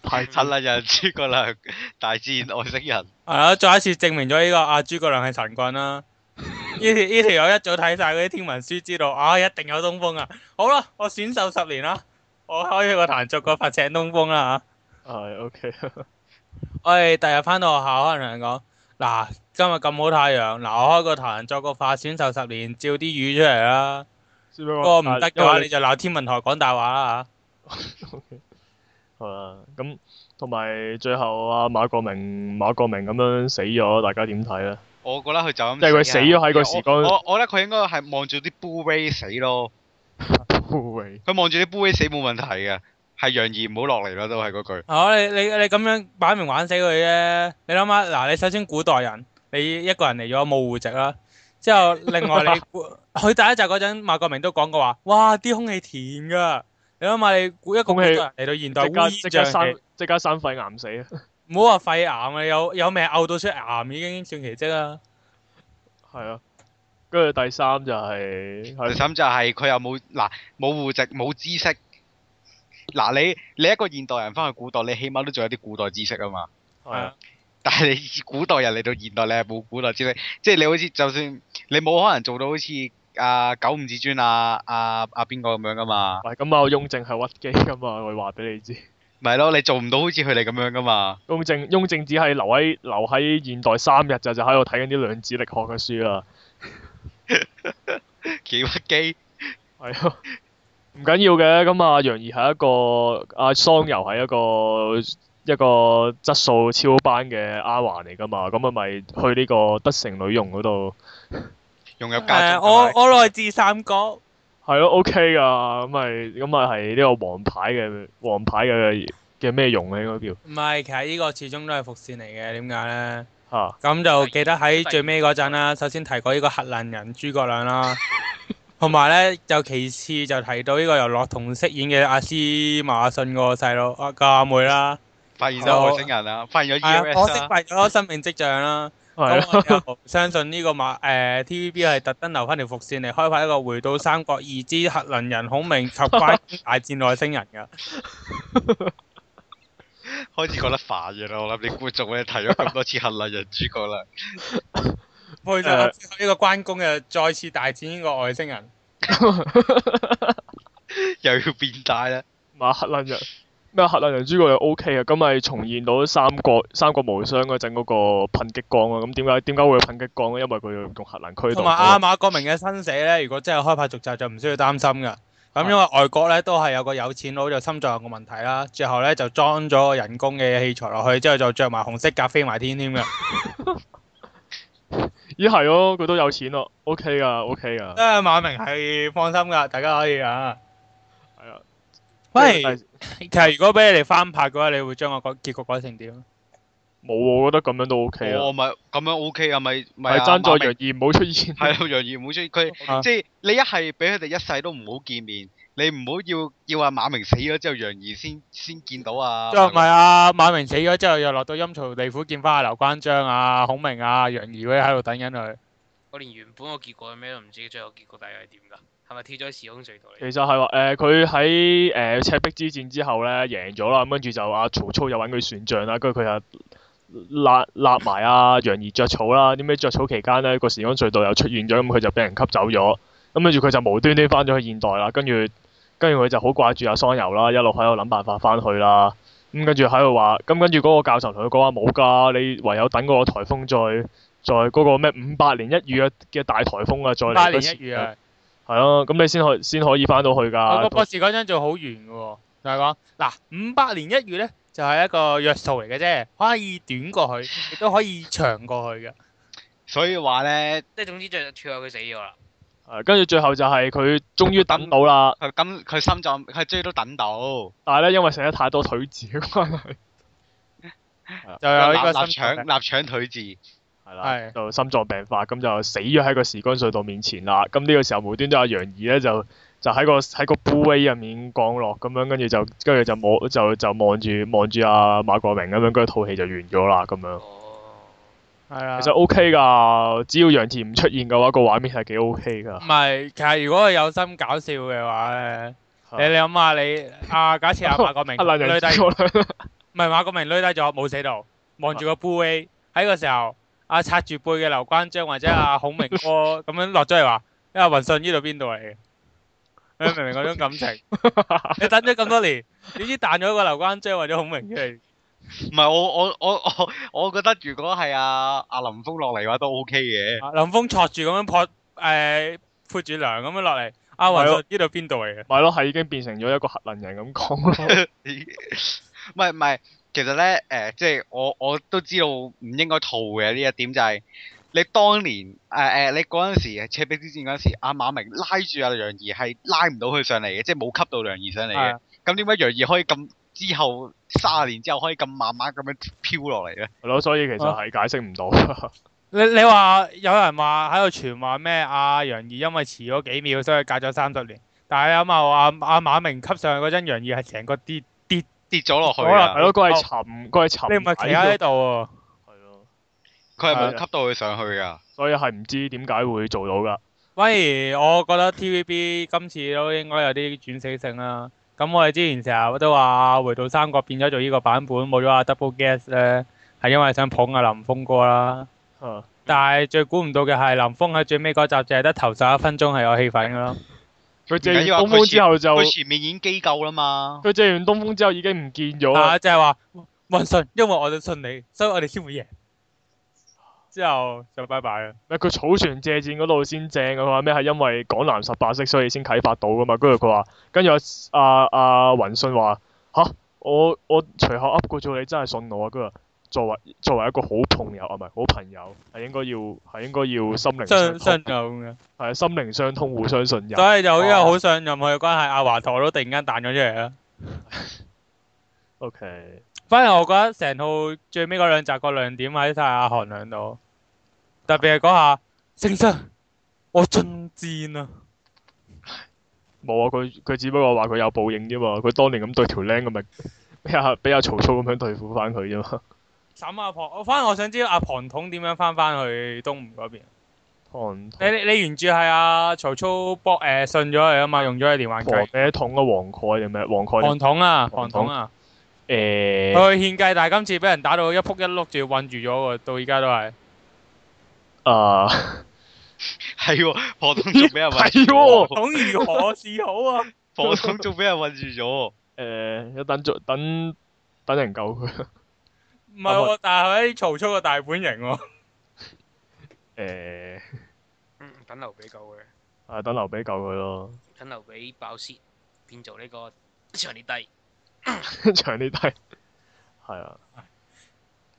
A: 太
B: 係啦，人諸葛亮大戰外星人，
C: 係啊，再一次證明咗呢個阿諸葛亮係神棍啦。呢條呢條友一早睇晒嗰啲天文書，知道啊一定有東風啊。好啦，我選秀十年啦，我開咗個壇逐個發請東風啦
A: 係 OK，
C: 嚇。我哋第日翻到學校，可能同人講嗱，今日咁好太陽，嗱我開個壇作個發選秀十年，照啲魚出嚟啦。
A: (laughs) 只不
C: 不
A: 過
C: 哦過唔得
A: 啊
C: 嘅話，你就鬧天文台講大話啦啊
A: 好啦，啊咁同埋最後啊，馬國明馬國明咁樣死咗，大家點睇咧？
B: 我覺得佢就咁
A: 即係佢死咗
B: 啊
A: 喺個時光
B: 我我我覺得佢應該係望住啲 Blu-ray 死咯，
A: 喂
B: 佢望住啲 Blu-ray 死冇問題嘅，係楊怡唔好落嚟咯，都係嗰句。
C: 嚇。好，你你你咁樣擺明玩死佢啫。你諗下嗱，你首先古代人，你一個人嚟咗冇户籍啦。之
A: (laughs)
C: 後另外你估佢第一集嗰陣，馬國明都講過話，哇啲空氣甜噶。你諗下你估一個古
A: 空
C: 代
A: 氣
C: 人嚟到現代
A: 即刻
C: 烏
A: 即
C: 煙
A: 刻
C: 瘴
A: 生
C: 氣，
A: 即刻生肺癌死啊！
C: 唔好話肺癌啊，有有命嘔到出癌已經算奇蹟
A: (laughs)
C: 啦。
A: 係啊，跟住第三就係
B: 第
A: 係
B: 三就係佢又冇嗱冇户籍冇知識，嗱你你一個現代人翻去古代，你起碼都仲有啲古代知識啊嘛。
A: 係啊，
B: 但係你古代人嚟到現代，你係冇古代知識，即係你好似就算你冇可能做到好似啊九五至尊啊啊啊邊個咁樣噶嘛，
A: 喂咁啊，雍正係屈機噶嘛，我話俾你知。
B: 咪係咯，你做唔到好似佢哋咁樣噶嘛，
A: 雍正雍正只係留喺留喺現代三日就就喺度睇緊啲量子力學嘅書啊啦，
B: 幾屈機，
A: 係咯，唔緊要嘅。咁啊，楊怡係一個阿桑柔係一個一個質素超班嘅丫鬟嚟㗎嘛，咁啊咪去呢個德成女傭嗰度，
B: 融入家
C: 誒
B: 中。
C: 我我來自三國，
A: 係咯 OK 㗎，咁咪咁咪係呢個王牌嘅王牌嘅嘅咩傭咧應該叫
C: 唔係其實呢個始終都係伏線嚟嘅，點解咧？
A: 嚇。
C: 咁就記得喺最尾嗰陣啦，首先提過呢個核能人諸葛亮啦，同埋咧就其次就提到呢個由樂童飾演嘅阿司馬信個細佬啊個阿妹啦，
B: 發現
C: 我
B: 咗外星人啦，發現咗 E
C: 係啊，可
B: EOS
C: 惜
B: 啦，
C: 為咗生命跡象啦，
A: 係啊
C: 咁啊
A: 咯，
C: 我就相信呢個馬誒、TVB 係特登留翻條伏線嚟開發一個回到三國二之核能人孔明及關公大戰外星人㗎。
B: 開始覺得煩嘅啦。我諗你觀眾咧提咗咁多次核能人諸葛啦，
C: 配上呢個關公嘅再次大戰呢個外星人，
B: 又要變態啦。
A: 馬克蘭人咩克蘭人諸葛亮 O K 啊，咁咪重現到三國三國無雙嗰陣嗰個噴激光啊，咁點解點解會有噴激光咧？因為佢用核能驅動
C: 同埋阿
A: 啊嘛。
C: 馬國明嘅生死咧，如果真係開拍續集就唔需要擔心噶。咁因為外國咧都係有個有錢佬就心臟有個問題啦，最後咧就裝咗個人工嘅器材落去，之後就着埋紅色甲飛埋天 (laughs) 添嘅。
A: 咦係咯，佢都有錢咯，O K 噶，O K 噶，
C: 因為馬明係放心噶，大家可以啊。
A: 係啊。
C: 喂，
A: 但係
C: 其實如果俾你哋翻拍嘅話，你會將個結局改成點？
A: 冇，我覺得咁樣都 O K 啊
B: 我，咪咁樣 OK 啊，咪咪
A: 係
B: 哦啊
A: 爭
B: 馬
A: 在
B: 明
A: 楊怡唔好出現。
B: 係咯，楊怡唔好中意佢
C: 啊，
B: 即係你一係俾佢哋一世都唔好見面，你唔好要要阿馬明死咗之後，楊怡先先見到啊。
C: 即係唔係啊？馬明死咗之後，又落到陰曹地府見翻阿劉關張啊、孔明啊、楊儀嗰啲喺度等緊佢。
D: 我連原本個結果係咩都唔知，最後結果大概係點㗎？係咪跳咗時空隧道
A: 其
D: 嚟？
A: 實係話誒，佢喺誒赤壁之戰之後咧贏咗啦，咁跟住就阿曹操又揾佢算賬啦，跟住佢就揦揦埋阿楊怡着草啦，點解着草期間咧個時光隧道又出現咗，咁佢就俾人吸走咗，咁跟住佢就無端端翻咗去現代啦，跟住跟住佢就好掛住阿桑柔啦，一路喺度諗辦法翻去啦，咁跟住喺度話，咁跟住嗰個教授同佢講話冇㗎，你唯有等嗰個颱風再再嗰個咩五百年一遇嘅嘅大颱風啊，再嚟
C: 八
A: 嗰
C: 年
A: 次
C: 一遇啊！
A: 係咯，咁你先可先可以翻到去
C: 我個
A: 㗎。
C: 博士嗰張做好圓嘅喎，就係講嗱五百年一遇咧，就係一個約數嚟嘅啫，可以短
A: (laughs)
C: 過佢，亦都可以長過佢嘅。
B: 所以話咧，
D: 即係總之最最後佢死咗啦。
A: 誒跟住最後就係佢終於等到啦，
B: 佢咁佢心臟佢追都等到，
A: 但係咧因為食得太多腿字嘅關係，
C: 就有啊呢個
B: 臘
C: 心
B: 臘腸臘腸腿字，
A: 係啦，
C: 係
A: 就心臟病發，咁就死咗喺個時光隧道面前啦。咁呢個時候無端端阿楊怡咧就就喺個喺個 b u 入面降落咁樣，跟住就跟住就望就就望住望住阿馬國明咁樣，跟住套戲就完咗啦咁樣。
D: 哦，
C: 係啊，
A: 其實 OK 㗎，只要楊甜唔出現嘅話，個畫面係幾 OK 㗎
C: 唔。係，其實如果佢有心搞笑嘅話咧，
A: 係
C: 你你諗下你啊，假設阿馬國
A: 啊
C: 明
A: (laughs) 阿賴
C: 攣
A: 人
C: 低，
A: 過啦，
C: 唔係馬國明攣低咗冇死到，望住個杯喺個時候，阿擦住背嘅劉關張或者阿孔 (laughs) 明哥咁樣落咗嚟話，因為雲信呢度邊度嚟嘅？你明唔明嗰種感 (laughs) 情？你等咗咁多年，你知彈咗個劉關張或者孔明出嚟，
B: 唔係我我我我我覺得如果係阿阿林峰落嚟嘅話都 OK 嘅，
C: 啊林峰戳住咁樣潑誒潑住涼咁樣落嚟，阿雲信呢度邊度嚟嘅？
A: 咪咯，係已經變成咗一個核能人咁講咯。
B: (laughs) 唔係唔係，其實咧誒、即係我我都知道唔應該套嘅呢一點就係、你當年誒誒、你嗰陣時係赤壁之戰嗰陣時，阿馬明拉住阿楊怡係拉唔到佢上嚟嘅，即係冇吸到楊怡上嚟
C: 係
B: 嘅
C: 啊。
B: 咁點解楊怡可以咁之後卅年之後可以咁慢慢咁樣飄落嚟咧？
A: 係咯，所以其實係解釋唔到。
C: 你你話有人話喺度傳話咩？阿楊怡因為遲咗幾秒，所以隔咗三十年。但係你諗下，阿阿馬明吸上去嗰陣，楊怡係成個跌，
B: 跌咗落去
C: 好
B: 啊
C: 啦！
A: 係咯，佢係沉，佢係沉。
C: 你唔係企喺度喎。
A: 係咯，
B: 佢係
A: 係
B: 冇
A: 啊
B: 吸到佢上去㗎。
A: 所以係唔知點解會做到㗎。
C: 反而我覺得 TVB 今次都應該有啲轉死性啦。咁我哋之前成日都話回到三國變咗做呢個版本，冇咗阿 Double Guess 咧，係因為想捧阿林峰哥啦。
A: 啊
C: 但係最估唔到嘅係林峰喺最尾嗰集淨係得頭十一分鐘係有氣氛㗎咯。
A: 佢借
B: 唔緊要啊
A: 完東風之後就，
B: 佢前面已經機構啦
A: (laughs)
B: 嘛。
A: 佢借完東風之後已經唔見咗啦。
C: 啊，就係話運信，因為我哋信你，所以我哋先會贏。之後就拜拜啦。
A: 咩佢草船借箭嗰度先正，佢話咩係因為港南十八式所以先啟發到㗎嘛。跟住佢話，跟住阿阿阿雲信話吓，我我隨後噏過咗你真係信我啊。跟住話作為作為一個好朋友啊，唔係好朋友，係應該要係應該要心靈
C: 相
A: 相通，
C: 信就咁嘅，
A: 係心靈相通，互相信任。
C: 所以就因為
A: 哦
C: 好信任佢嘅關係，阿華佗都突然間彈咗出嚟啦。
A: O K，
C: 反而我覺得成套最尾嗰兩集個亮點喺晒阿韓兩度，特別係嗰下聖生，我進戰啊啦。
A: 冇啊！佢佢只不過話佢有報應啫嘛。佢當年咁對條僆咁咪俾阿俾阿曹操咁樣對付翻佢啫嘛。 (laughs)
C: 審阿龐，我反而我想知阿龐統點樣翻翻去東吳嗰邊。
A: 唐
C: 你你你原著係阿曹操幫誒信咗佢啊嘛，用咗佢連環
A: 唐
C: 計。
A: 咩桶啊？黃蓋定咩？黃蓋
C: 龐統啊，
A: 龐
C: 龐
A: 統
C: 統啊。
A: 誒
C: 佢獻計，但係今次俾人打到一仆一碌，仲要困住咗喎，到而家都係。
A: 啊
B: 係喎，破通仲俾人韞
A: (laughs) 係
B: 住
A: 喎
B: 咗，
C: 孔如何是好啊？
B: 破通仲俾人韞住咗。
A: 誒，一等咗等等人救佢
C: 唔係喎，但係喺曹操嘅大本營
A: 誒，
C: 喎。
D: 嗯，等劉備救佢，
A: 啊等劉備救佢咯。
D: 等劉備爆屍變做呢個長烈帝。
A: 長啲低係啊。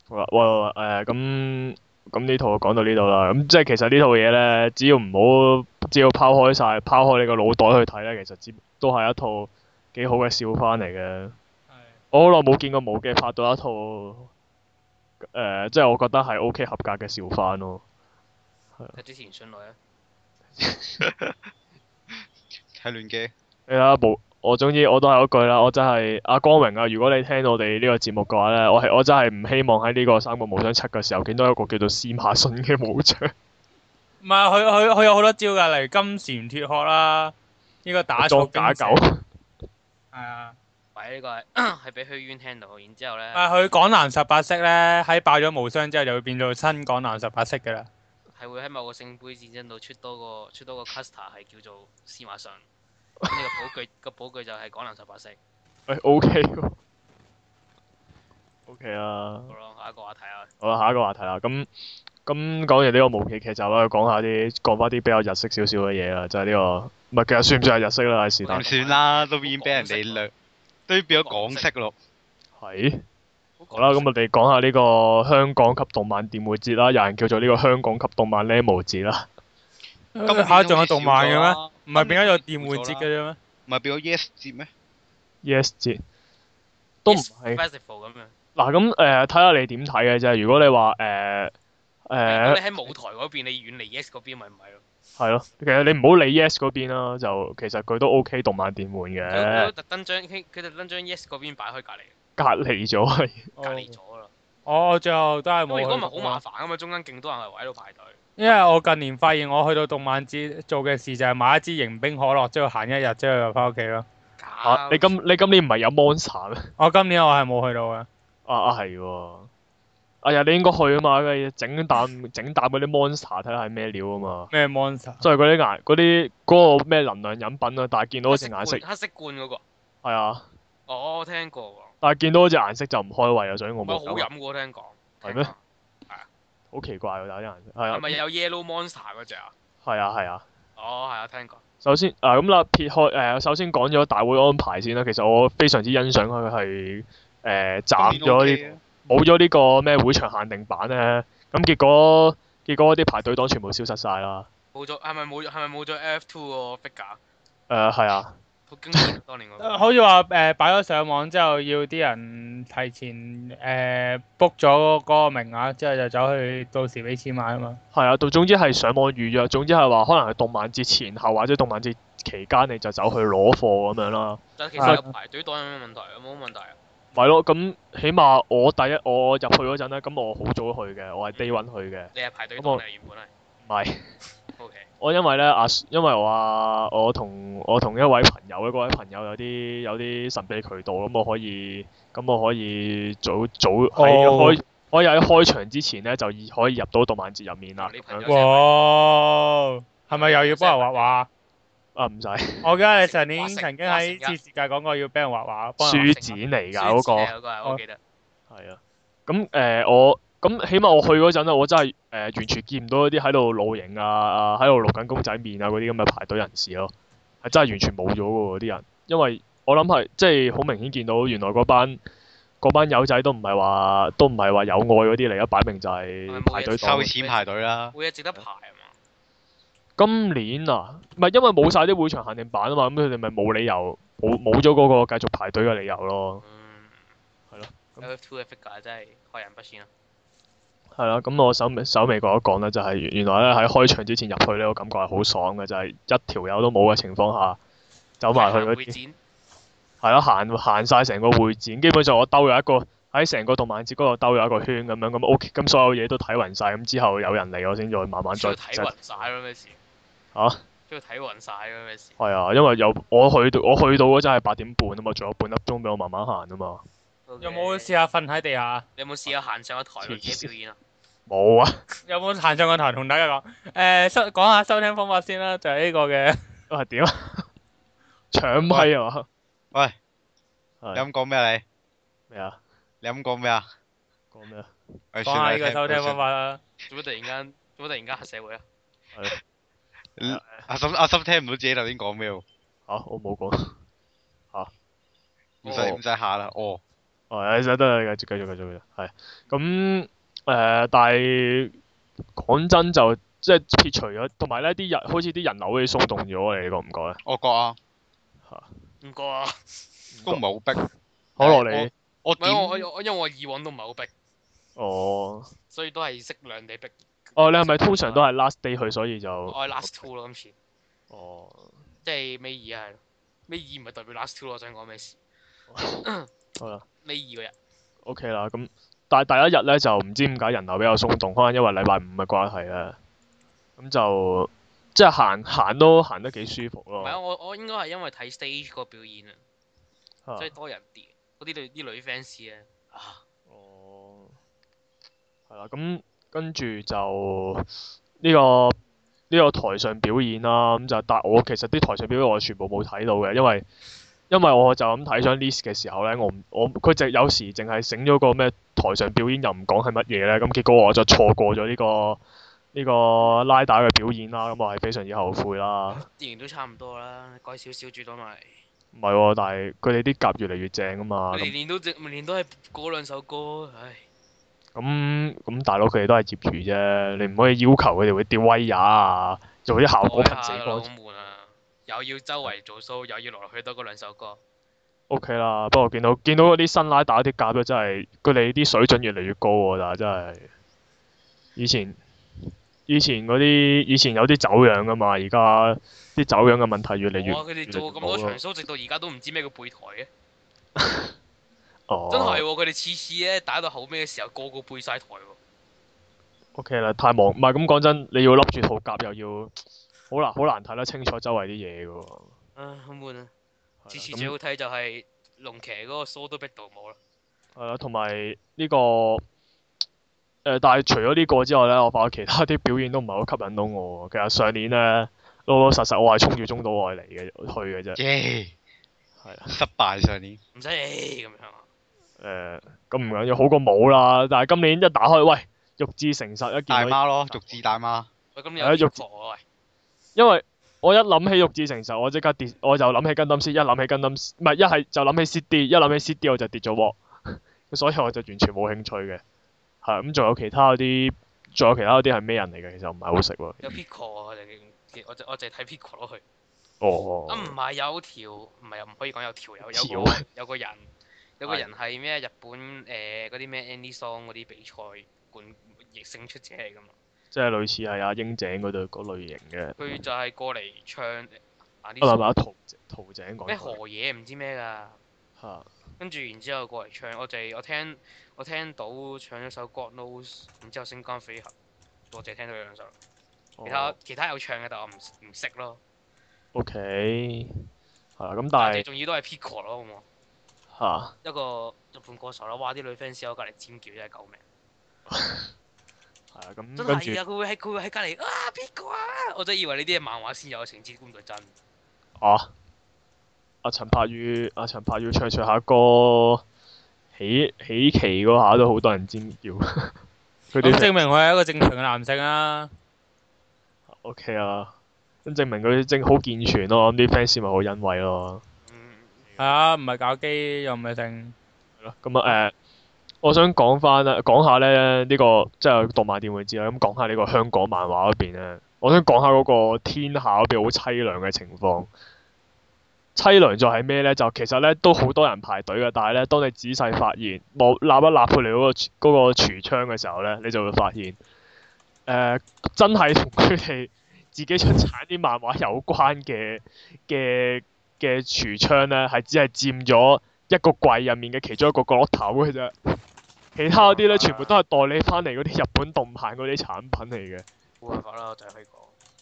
A: 好啦，喂喂喂誒咁咁呢套就講到呢度啦。咁即係其實呢套嘢咧，只要唔好，只要拋開晒，拋開你個腦袋去睇咧，其實只都係一套幾好嘅笑翻嚟嘅。我好耐冇見過冇嘅拍到一套誒、呃即係我覺得係 OK 合格嘅笑翻咯。
D: 佢之前信來啊，
B: 係亂嘅，
A: 你睇下啊冇，我總之我都係嗰句啦，我真係阿光榮啊！如果你聽到我哋呢個節目嘅話咧，我係我真係唔希望喺呢個三國無雙七嘅時候見到一個叫做司馬信嘅武將。
C: 唔係，佢佢佢有好多招㗎，例如金蟬脱殼啦，呢個打草
A: 作
C: 驚
A: 假
C: 蛇
A: 狗，
C: 係啊。
D: 喂，呢個係 (coughs) 係俾虛淵聽到，然之後咧
C: 啊，佢港南十八式咧，喺爆咗無雙之後就會變做新港南十八式噶啦。
D: 係會喺某個聖杯戰爭度出多個出多個 cluster 係叫做司馬相，咁呢個寶具個寶具就係港南十八式。
A: (laughs) 喂，O K O K 啦，
D: 好咯，下一個話題啊，
A: 好啦，下一個話題啦，咁咁講完呢個無期劇集啦，講下啲講翻啲比較日式少少嘅嘢啦，就係呢個唔係其實算唔算係日式啦？是但
B: 唔算啦，都已經俾人哋掠，都已經變咗港式咯。
A: 係。
D: 好
A: 好啦，咁我哋講下呢個香港級動漫電會節啦，有人叫做呢個香港級動漫 Lemo 節啦。
C: 今
B: 今年
C: 下仲有動漫嘅咩？
B: 咩？
C: 唔係變咗有電玩節嘅啫咩？
B: 唔係變咗 Yes 節咩？
A: Yes 節都唔係
D: festival 咁樣。
A: 嗱咁誒，睇下你點睇嘅啫。如果你話呃誒
D: 如果
A: 誒
D: 你喺舞台嗰邊，你遠離 yes 嗰邊咪唔係咯。
A: 係咯，其實你唔好理 Yes 嗰邊啦，就其實佢都 OK 動漫電玩
D: 佢佢
A: 嘅
D: 都，特登將佢佢特登將 yes 嗰邊擺開隔離，
A: 隔離咗係
C: 哦
D: 隔離咗啦。
C: 我我最後都係
D: 因為嗰
C: 冇
D: 咪好
C: 去
D: 麻
C: 過。
D: 煩啊嘛，中間勁多人係圍喺度排隊。
C: 因為我近年發現我去到動漫節做嘅事就係買一支迎冰可樂，之後行一日之後就翻屋企咯。
A: 啊！你今你今年唔係有 Monster 咩？
C: 我今年我係冇去到嘅。
A: 啊啊係喎！哎呀，你應該去啊嘛，跟住整啖整啖嗰啲 Monster 睇下係咩料啊嘛。
C: 咩 monster？
A: 即係嗰啲顏嗰啲嗰個咩能量飲品啊，但係見到好
D: 黑色
A: 似顏
D: 罐
A: 色
D: 黑色罐嗰個，
A: 係啊，
D: 哦我聽過喎。
A: 但係見到好似顏色就唔開胃啊，所以我
D: 唔係
A: 冇
D: 好
A: 搞
D: 飲喎，聽講。
A: 係咩
D: 聽講？
A: 好奇怪喎，但係啲顏色係
D: 係
A: 啊，
D: 咪有 Yellow Monster 嗰只啊？
A: 係啊，係啊。
D: 哦，係啊，聽過。
A: 首先啊咁啦，撇開誒、首先講咗大會安排先啦。其實我非常之欣賞佢係誒斬咗呢
B: 啲
A: 冇咗呢個咩會場限定版咧，咁結果結果啲排隊黨全部消失晒啦。
D: 冇咗係咪冇係咪冇咗 F Two 個 figure？
A: 誒、係啊，
D: 好經典，當年嗰個。
C: (laughs) 呃好似話誒擺咗上網之後，要啲人提前誒呃 book 咗嗰個名額，之後就走去到時俾錢買啊嘛。
A: 係啊，到總之係上網預約，總之係話可能係動漫節前後或者動漫節期間，你就走去攞貨咁樣啦。
D: 但係其實有排隊黨有咩問題？有冇問題啊？
A: 咪咯，咁起碼我第一我入去嗰陣咧，咁我好早去嘅，我係 day one 去嘅，
D: 你係排隊
A: 咁
D: 黨
A: 我
D: 嚟原本係。
A: 唔係
D: O K。
A: 我因為咧阿，因為我啊，我同我同一位朋友咧，嗰位朋友有啲有啲神秘渠道，咁我可以，咁我可以早早喺
C: 哦
A: 開，可以喺開場之前咧就已可以入到動漫節入面啦。
D: 哦你
A: 咁
D: 朋
A: 樣
D: 友
C: 哇！係咪又要幫人畫畫？
A: 啊唔使，
C: 我記得你上年曾經喺次世界講過要俾人畫畫，幫啊人
A: 書展嚟㗎嗰個。
D: 嗰個係我記得。
A: 係啊，咁誒、呃我咁起碼我去嗰陣咧，我真係誒、呃完全見唔到一啲喺度露營啊啊喺度錄緊公仔麵啊嗰啲咁嘅排隊人士咯，係真係完全冇咗嘅喎啲人，因為我諗係即係好明顯見到原來嗰班嗰班友仔都唔係話都唔係話有愛嗰啲嚟啊，擺明就係排隊黨
B: 收。錢排隊啦，
D: 每日值得排啊嘛。
A: 今年啊，唔係因為冇晒啲會場限定版啊嘛，咁佢哋咪冇理由冇冇咗嗰個繼續排隊嘅理由咯。
D: 嗯。
A: 係咯咁
D: F Two 嘅 figure 真係害人不淺啊！
A: 係啦，咁我首首尾講一講咧，就係、原來咧喺開場之前入去咧，我感覺係好爽嘅，就係、一條友都冇嘅情況下，走埋去嗰
D: 會
A: 啲
D: 展
A: 係啦，行行曬成個會展，基本上我兜咗一個喺成個動漫節嗰度兜咗一個圈咁樣，咁 OK，咁所有嘢都睇暈晒。咁之後有人嚟我先再慢慢
D: 需
A: 再
D: 要睇暈晒咯咩事？
A: 嚇
D: 需要睇暈晒咯咩事？
A: 係啊，因為有我去到我去到嗰陣係八點半啊嘛，仲有半粒鐘俾我慢慢行啊嘛，
C: 有冇試？下瞓喺地下？
D: 你有冇試下行上個台度自己表演啊？
A: 冇啊，
C: 有冇行上個台同大家講？誒收講下收聽方法先啦，就係呢個嘅。
A: 啊點啊， (laughs) 搶咪啊嘛，
B: 喂，你
A: 係
B: 咁講咩你？
A: 咩啊？
B: 你咁講咩啊？
A: 講咩啊？
B: 喂
C: 講
B: 算啦
C: 下呢個收聽方法啦。
D: 做乜突然間做乜突然間黑社會啊？
B: 嗯阿心阿心聽唔到自己頭先講咩喎，
A: 嚇、我冇講。
B: 唔使唔使下啦，哦，
A: 哦，誒得啦，繼續繼續繼續繼續，係咁誒，但係講真就即係撇除咗，同埋呢啲人好似啲人流好似鬆動咗，你覺唔覺咧？
B: 我覺啊，
D: 唔過啊！
B: 都唔係好逼。
A: 可樂你
B: 我
D: 唔係我
B: 點
D: 我我因為我以往都唔係好逼，
A: 哦
D: 所以都係適量地逼。
A: 哦，你係咪通常都係 last day 去，所以就
D: 我係 last two 咯，今次
A: 哦
D: 即係尾二係咯，尾二唔係代表 last two 咯，我想講咩事？
A: 哦
D: (clears throat)
A: 好啦
D: 尾二嗰日
A: ，OK 啦，咁但係第一日咧就唔知點解人流比較鬆動，可能因為禮拜五嘅關係咧，咁就。即係行行都行得幾舒服
D: 唔係啊，
A: 咯。
D: 我我應該係因為睇 stage 個表演啊，
A: 啊
D: 所以多人啲。嗰啲女啲女 fans 咧啊，
A: 哦，係啦，咁跟住就呢、個呢、個台上表演啦，咁就但我其實啲台上表演我全部冇睇到嘅，因為因為我就咁睇張 list 嘅時候咧，我唔我佢就有時淨係醒咗個咩台上表演又唔講係乜嘢咧，咁結果我就錯過咗呢、個呢、個拉打嘅表演啦，咁我係非常之後悔啦。
D: 自然都差唔多啦，改少少最多咪。
A: 唔係喎，但係佢哋啲夾越嚟越正啊嘛，咁
D: 年年都直，年年都係嗰兩首歌，唉，
A: 咁咁大佬佢哋都係業餘啫，你唔可以要求佢哋會吊威也啊，做啲效果
D: 改
A: 噴
D: 下
A: 死
D: 啦，好
A: 光。
D: 悶啊！又要周圍做 show，又要落落去多嗰兩首
A: 啊
D: 歌，
A: O K 啦，不過見到見到嗰啲新拉打啲夾咧，真係佢哋啲水準越嚟越高喎，但係真係以前以前嗰啲以前有啲走樣噶嘛，而家啲走樣嘅問題越嚟越
D: 哇！佢哋做咁多場 show，直到而家都唔知咩叫背台嘅，真係
A: 哦
D: 喎！佢哋次次咧打到後尾嘅時候，個個背晒台喎。
A: ，O K 啦，太忙唔係咁講真，你要笠住套夾又要好難好難睇得清楚周圍啲嘢噶喎。
D: 唉，好悶啊！
A: 係啦
D: 次次
A: 咁
D: 最好睇就係龍騎嗰個 show 都逼到冇啦。
A: 係啦，同埋呢個誒、但係除咗呢個之外咧，我發覺其他啲表演都唔係好吸引到我喎。其實上年咧，老老實實我係衝住中島愛嚟嘅去嘅啫。
B: 耶！
A: 係啊，
B: 失敗上年。
D: 唔使理咁樣啊！
A: 誒呃咁唔緊要，好過冇啦。但係今年一打開，喂，玉置誠實一
B: 大
A: 見到，
B: 媽咯，逐字大媽。
D: 喂，咁你
A: 係啊
D: 有
A: 肉
D: 肉我喂，
A: 因為我一諗起玉置誠實，我即刻跌，我就諗起 Gundam Seed，一諗起 Gundam Seed，唔係一係就諗起 CD，一諗起 CD 我就跌咗鑊， (laughs) 所以我就完全冇興趣嘅。係咁，仲有其他嗰啲，仲有其他嗰啲係咩人嚟嘅？其實我唔係好識喎。
D: 有 Pico 啊！我就我就我就睇 Pico 落去。
A: 哦，
D: 啊，唔係有條，唔係又唔可以講有條友，有
A: 條
D: 個有個人，有個
A: 係
D: 人係咩日本誒嗰啲咩 Andy Song 嗰啲比賽冠逆勝出者嚟噶嘛？
A: 即係類似係阿英井嗰度嗰類型嘅，
D: 佢就係過嚟唱啊
A: 我諗
D: 啲
A: 下陶陶井哦講
D: 咩
A: 過
D: 何嘢唔知咩㗎，
A: 嚇
D: 跟住然之後過嚟唱，我就係我聽我聽到唱咗首 God Knows，然之後星光飛行，我淨係聽到佢兩首，其他
A: 哦
D: 其他有唱嘅，但我唔唔識咯，
A: OK 係啦，咁
D: 但
A: 但
D: 係
A: 係
D: 仲要都係 Pico 咯，好冇？
A: 嚇
D: 一個日本歌手啦，哇！啲女 fans 喺我隔離尖叫真係救命！
A: 係啊，咁
D: 真
A: 跟住
D: 係啊！佢會喺佢會喺隔離啊邊個啊！我真係以為呢啲係漫畫先有嘅情節，估唔到真。
A: 啊阿陳柏宇阿陳柏宇唱唱下歌，起起期嗰下都好多人尖叫， (laughs) 佢
C: 咁
A: 哋
C: 證明佢係一個正常嘅男性啊啦。
A: OK 啊，咁證明佢正好健全咯，咁啲 fans 咪好欣慰咯。
D: 嗯，
C: 係啊，唔係搞基又唔係性。
A: 係咯，咁啊誒，我想講翻啦，講下咧呢、呢個即係動漫店會知啦，咁講下呢個香港漫畫嗰邊咧，我想講下嗰個天下嗰邊好凄涼嘅情況。凄涼就係咩咧？就其實咧都好多人排隊嘅，但係咧，當你仔細發現，望立一立佢哋嗰個廚嗰個櫥窗嘅時候咧，你就會發現，誒、真係同佢哋自己出產啲漫畫有關嘅嘅嘅櫥窗咧，係只係佔咗一個櫃入面嘅其中一個角落頭嘅啫，其他嗰啲咧全部都係代理翻嚟嗰啲日本動漫嗰啲產品嚟嘅。
D: 冇辦法啦，我就係可以講。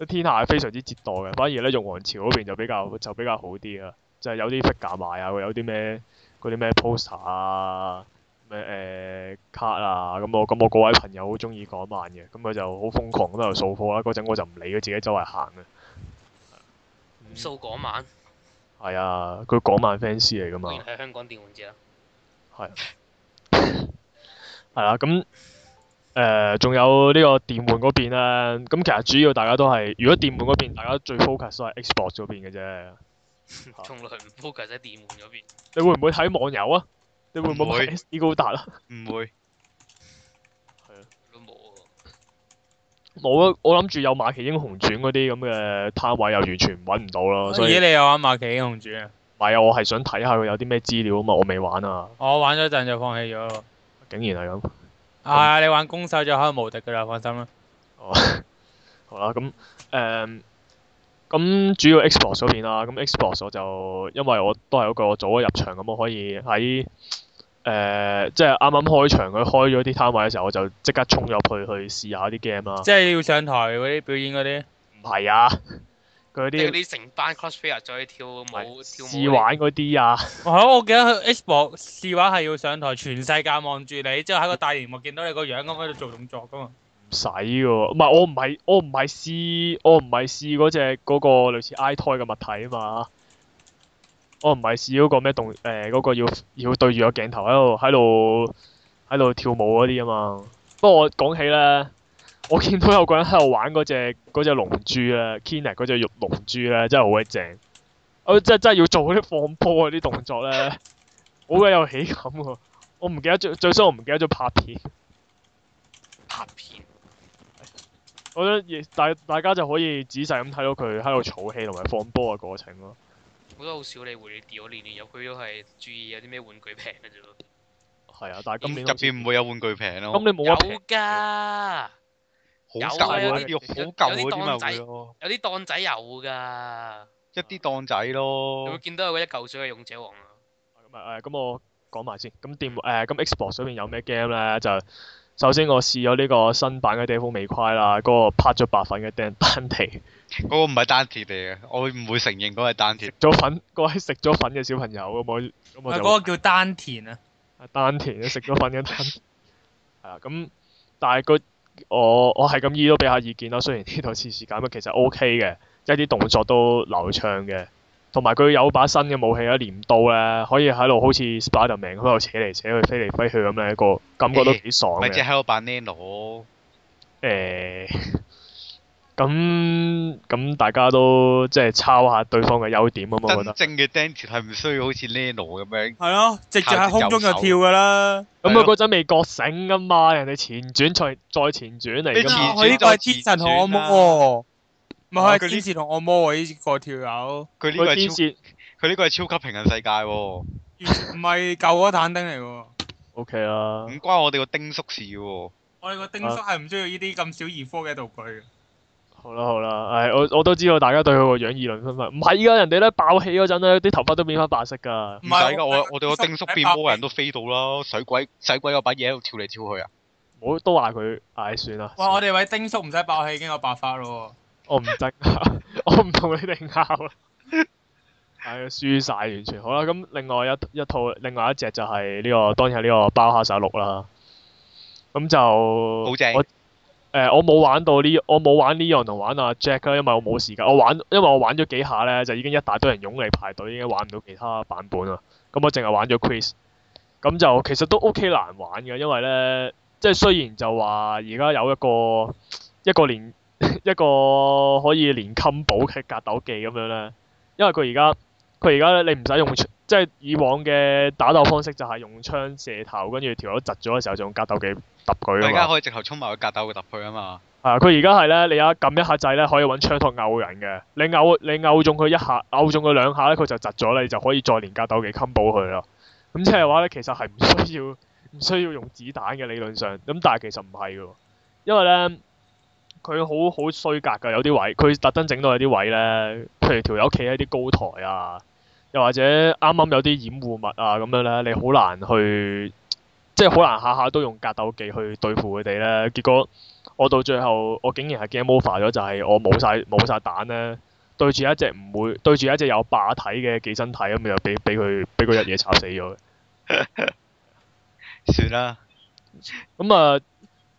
A: 天下係非常之折墮嘅，反而咧玉皇朝嗰邊就比較就比較好啲啊，就係、有啲 figure 賣啊，有啲咩嗰啲咩 poster 啊，咩誒、卡啊，咁我咁我嗰位朋友好中意嗰晚嘅，咁佢就好瘋狂咁喺度掃貨啦，嗰陣我就唔理佢自己周圍行啊嘅。係
D: 數嗰晚
A: 係啊，佢嗰晚 fans 嚟噶嘛
B: 哦
D: 果。然係香港電玩節啦。
A: 係啦，咁誒仲有呢個電玩嗰邊咧，咁其實主要大家都係，如果電玩嗰邊大家最 focus 都係 Xbox 嗰邊嘅啫。啊
D: (laughs) 從來唔 focus 喺電玩嗰邊。
A: 你會唔會睇網遊啊？你會唔
B: 唔
A: 會
B: 會
A: 買 SD 高達啊？
B: 唔會。
D: 都冇喎。
A: 冇啊！我諗住有《馬奇英雄傳》嗰啲咁嘅攤位又完全揾唔到咯，哦所以唔
C: 咦，哦你又玩馬奇英雄傳啊？
A: 係啊！我係想睇下佢有啲咩資料啊嘛，我未玩啊，
C: 我玩咗陣就放棄咗咯。
A: 竟然係咁。
C: 啊，你玩攻守就可以無敵噶啦，放心啦。
A: 好啦，咁誒，咁主要 Xbox 嗰邊啦，咁 Xbox 我就因為我都係嗰個早咗入場，咁我可以喺誒即係啱啱開場佢開咗啲攤位嘅時候，我就即刻衝入去去試下啲 game 啦。
C: 即係要上台嗰啲表演嗰啲。
A: 唔唔係啊，佢
D: 即係嗰
A: 啲
D: 啲成班 cosplayer 再去跳舞跳舞
A: 試玩嗰啲啊，
C: 我係咯我記得佢 Xbox 試玩係要上台，全世界望住你，之後喺個大熒幕見到你個樣咁喺度做動作噶嘛。
A: 唔使嘅喎。唔係我唔係我唔係試我唔係試嗰只嗰個類似 i toy 嘅物體啊嘛。我唔係試嗰個咩動誒嗰、個要要對住個鏡頭喺度喺度喺度跳舞嗰啲啊嘛。不過我講起咧，我見到有個人喺度玩嗰只嗰只龍珠咧 k i n a 嗰只玉龍珠咧，真係好鬼正。我真真係要做嗰啲放波嗰啲動作咧，好鬼有喜感喎。我唔記得咗，最衰我唔記得咗拍片。
D: 拍片，
A: 我覺得亦大大家就可以仔細咁睇到佢喺度儲氣同埋放波嘅過程咯。
D: 我都好少理會呢啲，我年年入去都係注意有啲咩玩具平嘅啫喎。
A: 係啊，但係今年
B: 入邊唔會有玩具平咯
A: 今，年冇乜平
D: 有㗎，
B: 好
D: 有啊
B: 舊嗰
D: 有
B: 啲，
D: 有有
B: 好舊嗰
D: 啲
B: 啲
D: 檔
B: 咪
D: 仔
B: 會咯，
D: 有啲檔仔有㗎。
B: 一啲檔仔
D: 你會
B: 咯。
D: 見到有嗰一嚿水嘅勇者王啊？
A: 咁啊誒，咁我講埋先。咁電誒咁 Xbox 嗰邊有咩 game 咧？就首先我試咗呢個新版嘅《地府未快》啦，嗰個拍咗白粉嘅釘單地，
B: 嗰個唔係單鐵嚟嘅，我唔會承認嗰個係單鐵。
A: 咗粉嗰位食咗粉嘅小朋友咁我咁我
C: 係
A: 就
C: 嗰個叫丹田啊，
A: 丹田食咗粉嘅 (laughs) 丹。係啦，咁但係個我我係咁意都俾下意見啦。雖然呢度次次減，其實 O K 嘅，即係啲動作都流暢嘅，同埋佢有把新嘅武器啦，鐮刀咧，可以喺度好似 Spiderman 咁喺度扯嚟扯去、飛嚟飛去咁咧，個感覺都幾爽
B: 咪
A: 嘅
B: 即。係喺度扮 Nano，
A: 誒，咁咁大家都即係抄下對方嘅優點咁，我覺
B: 真
A: 得。
B: 正嘅 Dandy 係唔需要好似 Nano 咁樣。
C: 係咯，直接喺空中就跳噶啦。
A: 咁佢嗰陣未覺醒噶嘛，人哋前傳再再前轉嚟
B: 你
A: 噶
B: 前
A: 嘛。
B: 轉
C: 啊佢呢個係天神同惡魔喎，唔啊係佢係天神同惡魔喎呢個條友，
B: 佢呢個
A: 佢
B: 係
A: 天
B: 超，
A: 線
B: 佢呢個係超級平行世界喎，唔
C: 完全唔係舊嗰坦丁嚟喎。
A: O K 啦，
C: 嗯
B: 關我哋個丁叔事喎。
C: 我哋個丁叔係唔需要呢啲咁小兒科嘅道具嘅。
A: 好啦好啦，唉，我我都知道大家對佢個樣議論紛紛，唔係噶，人哋咧爆氣嗰陣咧，啲頭髮都變翻白色噶
B: 唔，
C: 唔係
B: 使噶，我
C: 我
B: 我哋個丁叔變魔人都飛到啦，水鬼使鬼嗰把嘢喺度跳嚟跳去啊！
A: 唔好都話佢，唉，算啦，
C: 哇！我哋位丁叔唔使爆氣已經有白髮咯
A: 我唔爭， (laughs) 我唔同你哋拗啦，係啊，輸晒完全，好啦，咁另外一一套，另外一隻就係呢、個，當然係呢個包蝦手六啦，咁就
B: 好正
A: 我誒、我冇玩到呢，我冇玩呢樣同玩阿 Jack 啦，因為我冇時間。我玩，因為我玩咗幾下咧，就已經一大堆人湧嚟排隊，已經玩唔到其他版本啦。咁我淨係玩咗 Quiz，咁就其實都 OK 難玩嘅，因為咧，即係雖然就話而家有一個一個連 (laughs) 一個可以連襟寶嘅格鬥技咁樣咧，因為佢而家佢而家咧，你唔使用槍即係以往嘅打鬥方式就係用槍射頭，跟住條友窒咗嘅時候就用格鬥技揼佢啊
B: 大
A: 嘛
B: 家。可以直頭衝埋去格鬥嘅揼佢啊嘛！
A: 係啊，佢而家係咧，你一撳一下掣咧，可以揾槍托毆人嘅。你毆你毆中佢一下，毆中佢兩下咧，佢就窒咗你，就可以再連格鬥技 combo 佢啦。咁即係話咧，其實係唔需要 (laughs) 唔需要用子彈嘅理論上，咁但係其實唔係嘅喎，因為咧佢好好衰格㗎，有啲位佢特登整到有啲位咧，譬如條友企喺啲高台啊，又或者啱啱有啲掩護物啊咁樣咧，你好難去即係好難下下都用格鬥技去對付佢哋咧，結果。我到最後，我竟然係 game over 咗，就係、我冇晒冇曬蛋咧，對住一隻唔會對住一隻有霸體嘅寄生體咁，又俾俾佢俾佢一嘢插死咗。
B: 算啦，
A: 咁啊，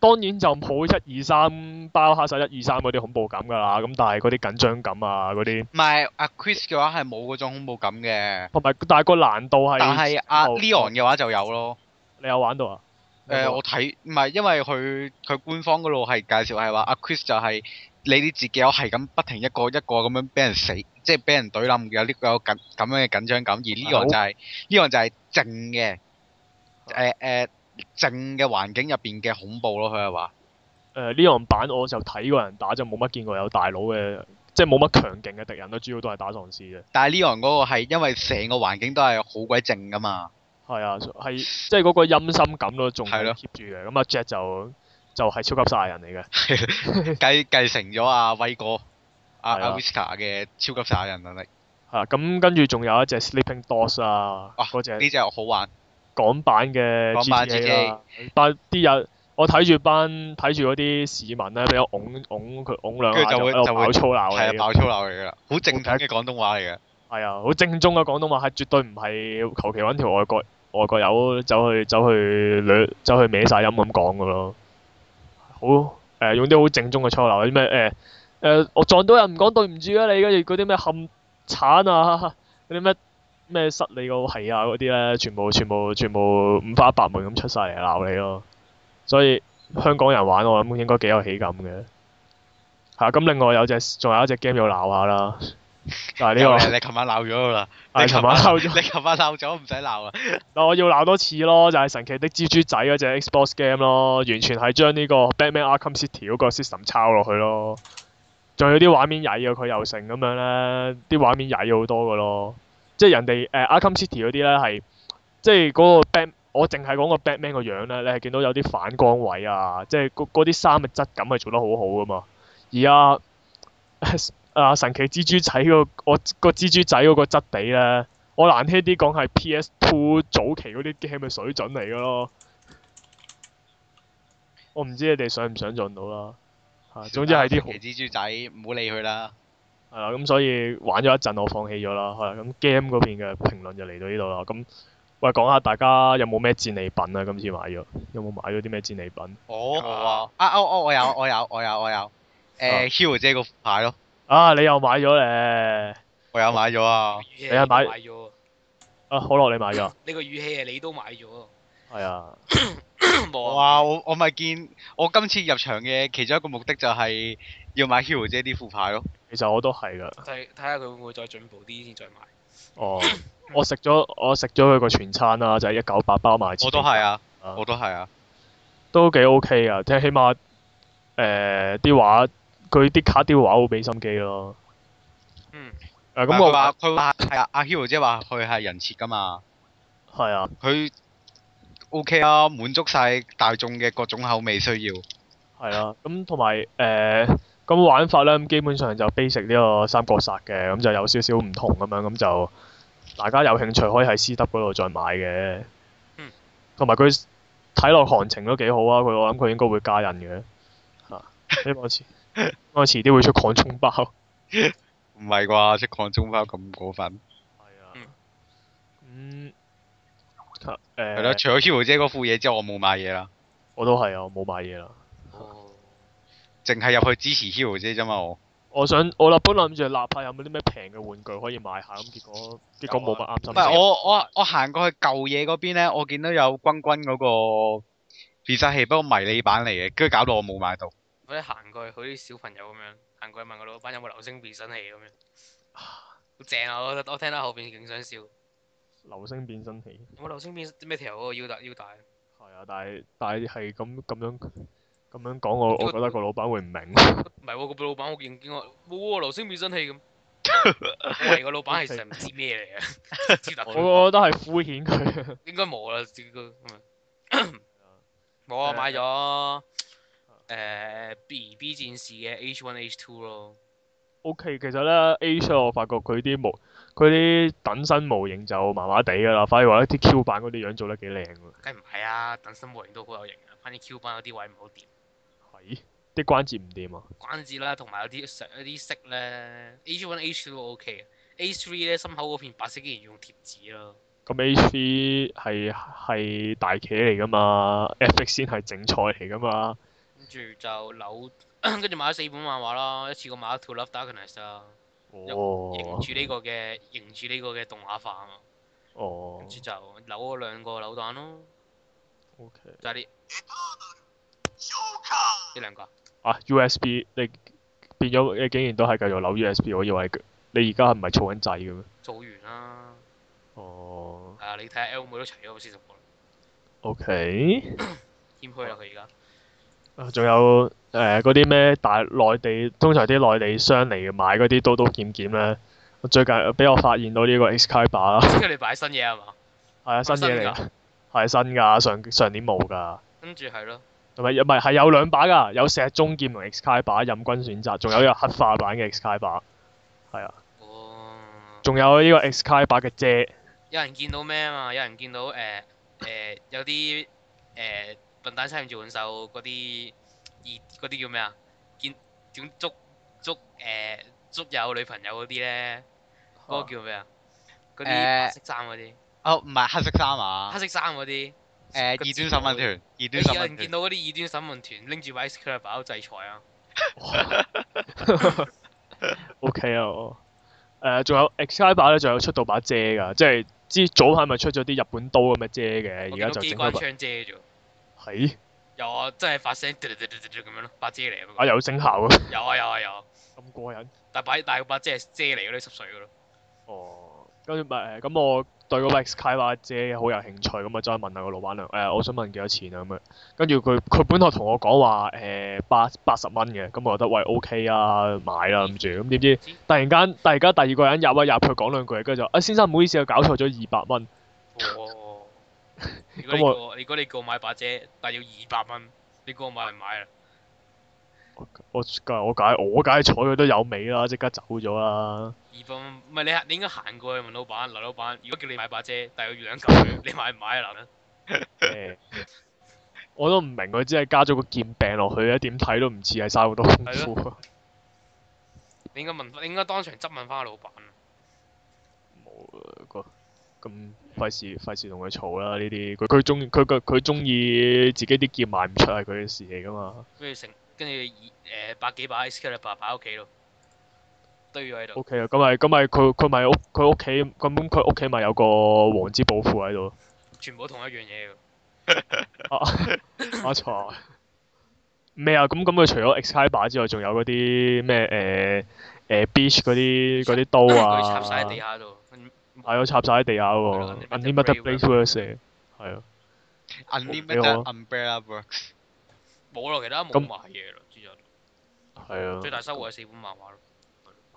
A: 當然就冇一二三包黑晒一二三嗰啲恐怖感㗎啦，咁但係嗰啲緊張感啊嗰啲，
B: 唔係阿 Chris 嘅話係冇嗰種恐怖感嘅，
A: 同埋但係個難度係，
B: 但係阿
A: 哦
B: Leon 嘅話就有咯。
A: 你有玩到啊？
B: 誒、我睇唔係因為佢佢官方嗰度係介紹係話阿 Chris 就係你啲自己有係咁不停一個一個咁樣俾人死，即係俾人懟冧，有呢個緊咁樣嘅緊張感。而呢樣就係呢樣就係靜嘅誒誒靜嘅環境入邊嘅恐怖咯，佢係話
A: 誒呢樣版我就睇過人打，就冇乜見過有大佬嘅，即係冇乜強勁嘅敵人咯，主要都係打喪屍嘅。
B: 但係呢樣嗰個係因為成個環境都係好鬼靜噶嘛，
A: 係啊，係即係嗰個陰森感咯，仲
B: 係
A: 係
B: 咯
A: keep 住嘅。咁阿 Jack 就就係、超級殺人嚟嘅。
B: 繼繼承咗阿威哥阿
A: 嗯係啊
B: 阿 Whisker 嘅超級殺人能力，
A: 係啊，咁跟住仲有一隻 Sleeping Dogs 啊，
B: 哇
A: 嗰隻
B: 呢只好玩，
A: 港版嘅
B: 港版
A: GTA 啦，但啲有我睇住班睇住嗰啲市民咧，俾我擁擁佢擁兩
B: 跟
A: 下
B: 住就會
A: 喺度
B: 就會
A: 爆粗鬧
B: 係啊，
A: 你嘅。
B: 爆粗鬧嚟噶啦，好正統嘅廣東話嚟嘅。
A: 係啊，好正宗嘅廣東話，係絕對唔係求其揾條外國外國友走去走去掠走去歪晒音咁講嘅咯。好誒、用啲好正宗嘅粗流，啲咩誒誒，我撞到人唔講對唔住啊你，跟住嗰啲咩冚鏟啊，嗰啲咩咩失你個係啊嗰啲咧，全部全部全部五花八門咁出晒嚟鬧你咯。所以香港人玩我諗應該幾有喜感嘅。係啊，咁另外有隻仲有一隻 game 要鬧下啦，就係呢、
B: 因
A: 個
B: 為。你琴晚鬧咗噶啦，
A: 係
B: 你琴
A: 琴晚
B: 晚
A: 鬧咗，
B: (laughs) 你琴晚鬧咗唔使鬧啊啦。
A: 嗱 (laughs) 我要鬧多次咯，就係、神奇的蜘蛛仔嗰只 Xbox game 咯，完全係將呢個 Batman Arkham City 嗰個 system 抄落去咯，仲有啲畫面曳啊，佢又成咁樣咧，啲畫面曳好多噶咯，即係人哋誒、呃 Arkham City 嗰啲咧係，即係嗰個 Bat，我淨係講個 Batman 個樣咧，你係見到有啲反光位啊，即係嗰嗰啲衫嘅質感係做得好好噶嘛，而 (laughs) 啊啊神奇蜘蛛仔個我個蜘蛛仔嗰個質地咧。我難聽啲講係 PS Two 早期嗰啲 game 嘅水準嚟嘅咯。我唔知你哋想唔想像到啦。嚇，總之係啲好
B: 神奇蜘蛛仔，唔好理佢啦。
A: 係啦，咁所以玩咗一陣，我放棄咗啦。係啦，咁 game 嗰邊嘅評論就嚟到呢度啦。咁喂，講下大家有冇咩戰利品啊？今次買咗，有冇買咗啲咩戰利品？
B: 我我啊啊哦哦，我有我有我有我有。
A: 啊
B: 誒，Hero 姐個牌咯，
A: 啊，你又買咗咧？
B: 我有買咗啊。
D: 語氣
A: 你係買
D: 買咗，
A: 啊，可樂你買咗？
D: 你個語氣係你都買 (clears throat) 咗，
A: 係啊，
D: 冇啊！
B: 哇！我我咪見我今次入場嘅其中一個目的就係要買 Hero 姐啲副牌咯。
A: 其實我都係㗎。
D: 睇睇下佢會唔會再進步啲先再買。
B: (laughs)
A: 哦，我食咗我食咗佢個全餐啦，就係一九八包埋。
B: 我都係啊，
A: 啊
B: 我都係啊。
A: 都幾 OK 啊！即係起碼誒啲畫，佢啲卡啲畫好俾心機咯。
D: 嗯，
A: 誒
B: 但
A: 咁
B: 係
A: 我
B: 佢話佢話係啊，阿 Hero 姐話佢係人設噶嘛，
A: 係啊
B: 佢 OK 啊，滿足晒大眾嘅各種口味需要。
A: 係啦，咁同埋誒咁玩法咧，咁基本上就 basic 呢個三國殺嘅，咁就有少少唔同咁樣，咁就大家有興趣可以喺 C W 嗰度再買嘅
D: 嗯。
A: 同埋佢睇落行情都幾好啊！佢我諗佢應該會加印嘅嚇，希望遲希望遲啲會出擴充包。
B: 唔係啩？即抗中包咁過分？
A: 係啊。嗯。誒、呃
B: 係咯，啊除咗 Hero 姐嗰副嘢之後，我冇買嘢啦，
A: 我都係啊，我冇買嘢啦。
D: 哦，
B: 淨係入去支持 Hero 姐啫嘛。我
A: 我想我立本諗住立下有冇啲咩平嘅玩具可以買下，咁結果結果冇乜啱
B: 啊唔
A: 心水。
B: 係我我我行過去舊嘢嗰邊咧，我見到有君君嗰個變身器，不過迷你版嚟嘅，跟住搞到我冇買到。
D: 或者行過去好似小朋友咁樣行過去問個老闆有冇流星變身器咁樣，好正啊！我我聽到後邊勁想笑，有
A: 流星變身器
D: 冇流星變咩條嗰啊個腰帶腰帶？
A: 係啊，但係但係係咁咁樣咁樣講，我我覺得個老闆會唔明。
D: 唔係喎，個老闆好認見我冇喎流星變身器咁，我係個老 (laughs) 闆其實唔知咩嚟嘅， (laughs) 知但佢
A: 我覺得係敷衍佢。 (laughs)
D: 應該冇啦，自己個咁啊冇啊，買咗誒 B B 戰士嘅 H One H Two 咯，
A: O.K. 其實咧 A s h 我發覺佢啲模佢啲等身模型就麻麻地㗎啦，反而話啲 Q 版嗰啲樣做得幾靚喎。
D: 梗係唔係啊？等身模型都好有型啊，反正 Q 版有啲位唔好掂。
A: 係啲關節唔掂啊。
D: 關節啦，同埋有啲石有啲色咧，H one H two 都 OK 嘅，H three 咧心口嗰片白色竟然用貼紙咯，
A: 咁 H.C. 係係大企嚟㗎嘛，F.X. 先係正菜嚟㗎嘛。
D: 跟住就扭， (coughs) 跟住買咗四本漫畫啦，一次過買咗套《Love Darkness》啦，迎
A: 哦
D: 住呢個嘅迎住呢個嘅動畫化啊嘛，
A: 哦
D: 跟住就扭咗兩個扭蛋咯，
A: ，OK
D: 就係呢呢兩個啊，
A: 啊 USB 你變咗你竟然都係繼續扭 USB，我以為佢你而家係唔係儲緊掣嘅咩？
D: 做完啦，
A: 哦
D: 係啊，你睇下 L 妹都齊咗四十個啦，
A: ，OK
D: 謙虛啦佢而家，
A: 啊，仲有誒嗰啲咩大內地通常啲內地商嚟買嗰啲刀刀劍劍咧，我最近俾我發現到呢個 Excalibur 啦，
D: (laughs) 即係你擺新嘢係嘛，
A: 係啊新嘢嚟㗎，係新㗎，上上年冇㗎。
D: 跟住係咯，
A: 同埋唔係係有兩把㗎，有石中劍同 Excalibur 任君選擇，仲有一個黑化版嘅 Excalibur，係啊，
D: 哦。
A: 仲有呢個 Excalibur 嘅遮，
D: 呃有人見到咩啊嘛？有人見到誒誒、有啲誒笨蛋三劍召喚獸嗰啲二嗰啲叫咩啊？見點捉捉誒捉有女朋友嗰啲咧，嗰個叫咩啊？嗰
B: 誒
D: 啲白色衫嗰啲，
B: 哦，唔係黑色衫哦呃啊
D: 黑，色衫嗰啲。
B: 诶，
D: 個
B: 異
D: 字
B: 端審問
D: 母
B: 團，異
D: 你
B: 端
D: 有
B: 審問
D: 人
B: 團
D: 見。到嗰啲異端審問團拎住把 s c r a p 包制裁啊？
A: O K 啊，我誒仲有 Excalibur 咧，仲有出到把遮㗎，即係之早排咪出咗啲日本刀咁嘅遮嘅，而
D: 我見
A: 家
D: 到
A: 就
D: 機
A: 整咗
D: 關
A: 把
D: 槍遮咗，
A: 係
D: 有啊，真係發聲嘟嘟嘟嘟嘟咁樣咯，把遮嚟啊不
B: 哎
D: 過
A: 啊有整效啊， (laughs)
D: 有啊有啊有啊，
A: 咁過癮。
D: 但把但係把遮係遮嚟嗰啲濕水噶咯。
A: 哦，跟住咪誒咁我對嗰個 Excalibur 姐好有興趣，咁啊走去問下個老闆娘誒、我想問幾多錢啊咁樣，跟住佢佢本來同我講話誒八八十蚊嘅，咁我覺得喂 OK 啊買啦諗住，咁點知突然間突然間第二個人入啊一入佢講兩句，跟住就啊先生唔好意思啊搞錯咗二百蚊，
D: 哦，
A: 咁
D: 如果你叫
A: 我
D: 我如果你叫我買把遮，但要二百蚊，你估我買唔買啊？
A: 我梗我梗係我梗係睬佢都有尾啦，即刻走咗 (laughs) 啦，
D: 二百蚊唔係你係，你應該行過去問老闆，劉老闆，如果叫你買把遮，但要
A: (laughs)
D: 兩嚿水，你買唔買啊？男人，
A: 誒我都唔明佢只係加咗個劍柄落去咧，點睇都唔似係嘥好多功夫啊。
D: 你應該問，你應該當場質問翻老闆。啊
A: 冇啊個咁費事費事同佢嘈啦呢啲，佢佢中佢佢佢中意自己啲劍賣唔出係佢嘅事嚟噶嘛。
D: 跟住成，跟住二誒百幾把 s c a l i b u r 擺喺屋企度，堆咗喺度。
A: O K 啊，咁咪咁咪佢佢咪屋佢屋企咁咁佢屋企咪有個王之寶庫喺度。
D: 全部都同一樣嘢嘅。
A: 啊錯。咩啊？咁咁佢除咗 Excalibur 之外，仲有嗰啲咩誒誒 Beach 嗰啲嗰啲刀啊
D: 佢，插晒喺地下度，嗯
A: 係咯，插晒喺地下
D: 係
A: 喎
D: 咯。
A: Unlimited Blade Works 嚟，係啊。
B: Unlimited Umbrella Works。
D: 冇咯，其他冇
A: 咁
D: 買嘢咯，之後
A: 係啊，
D: 最大收穫係四本漫畫咯。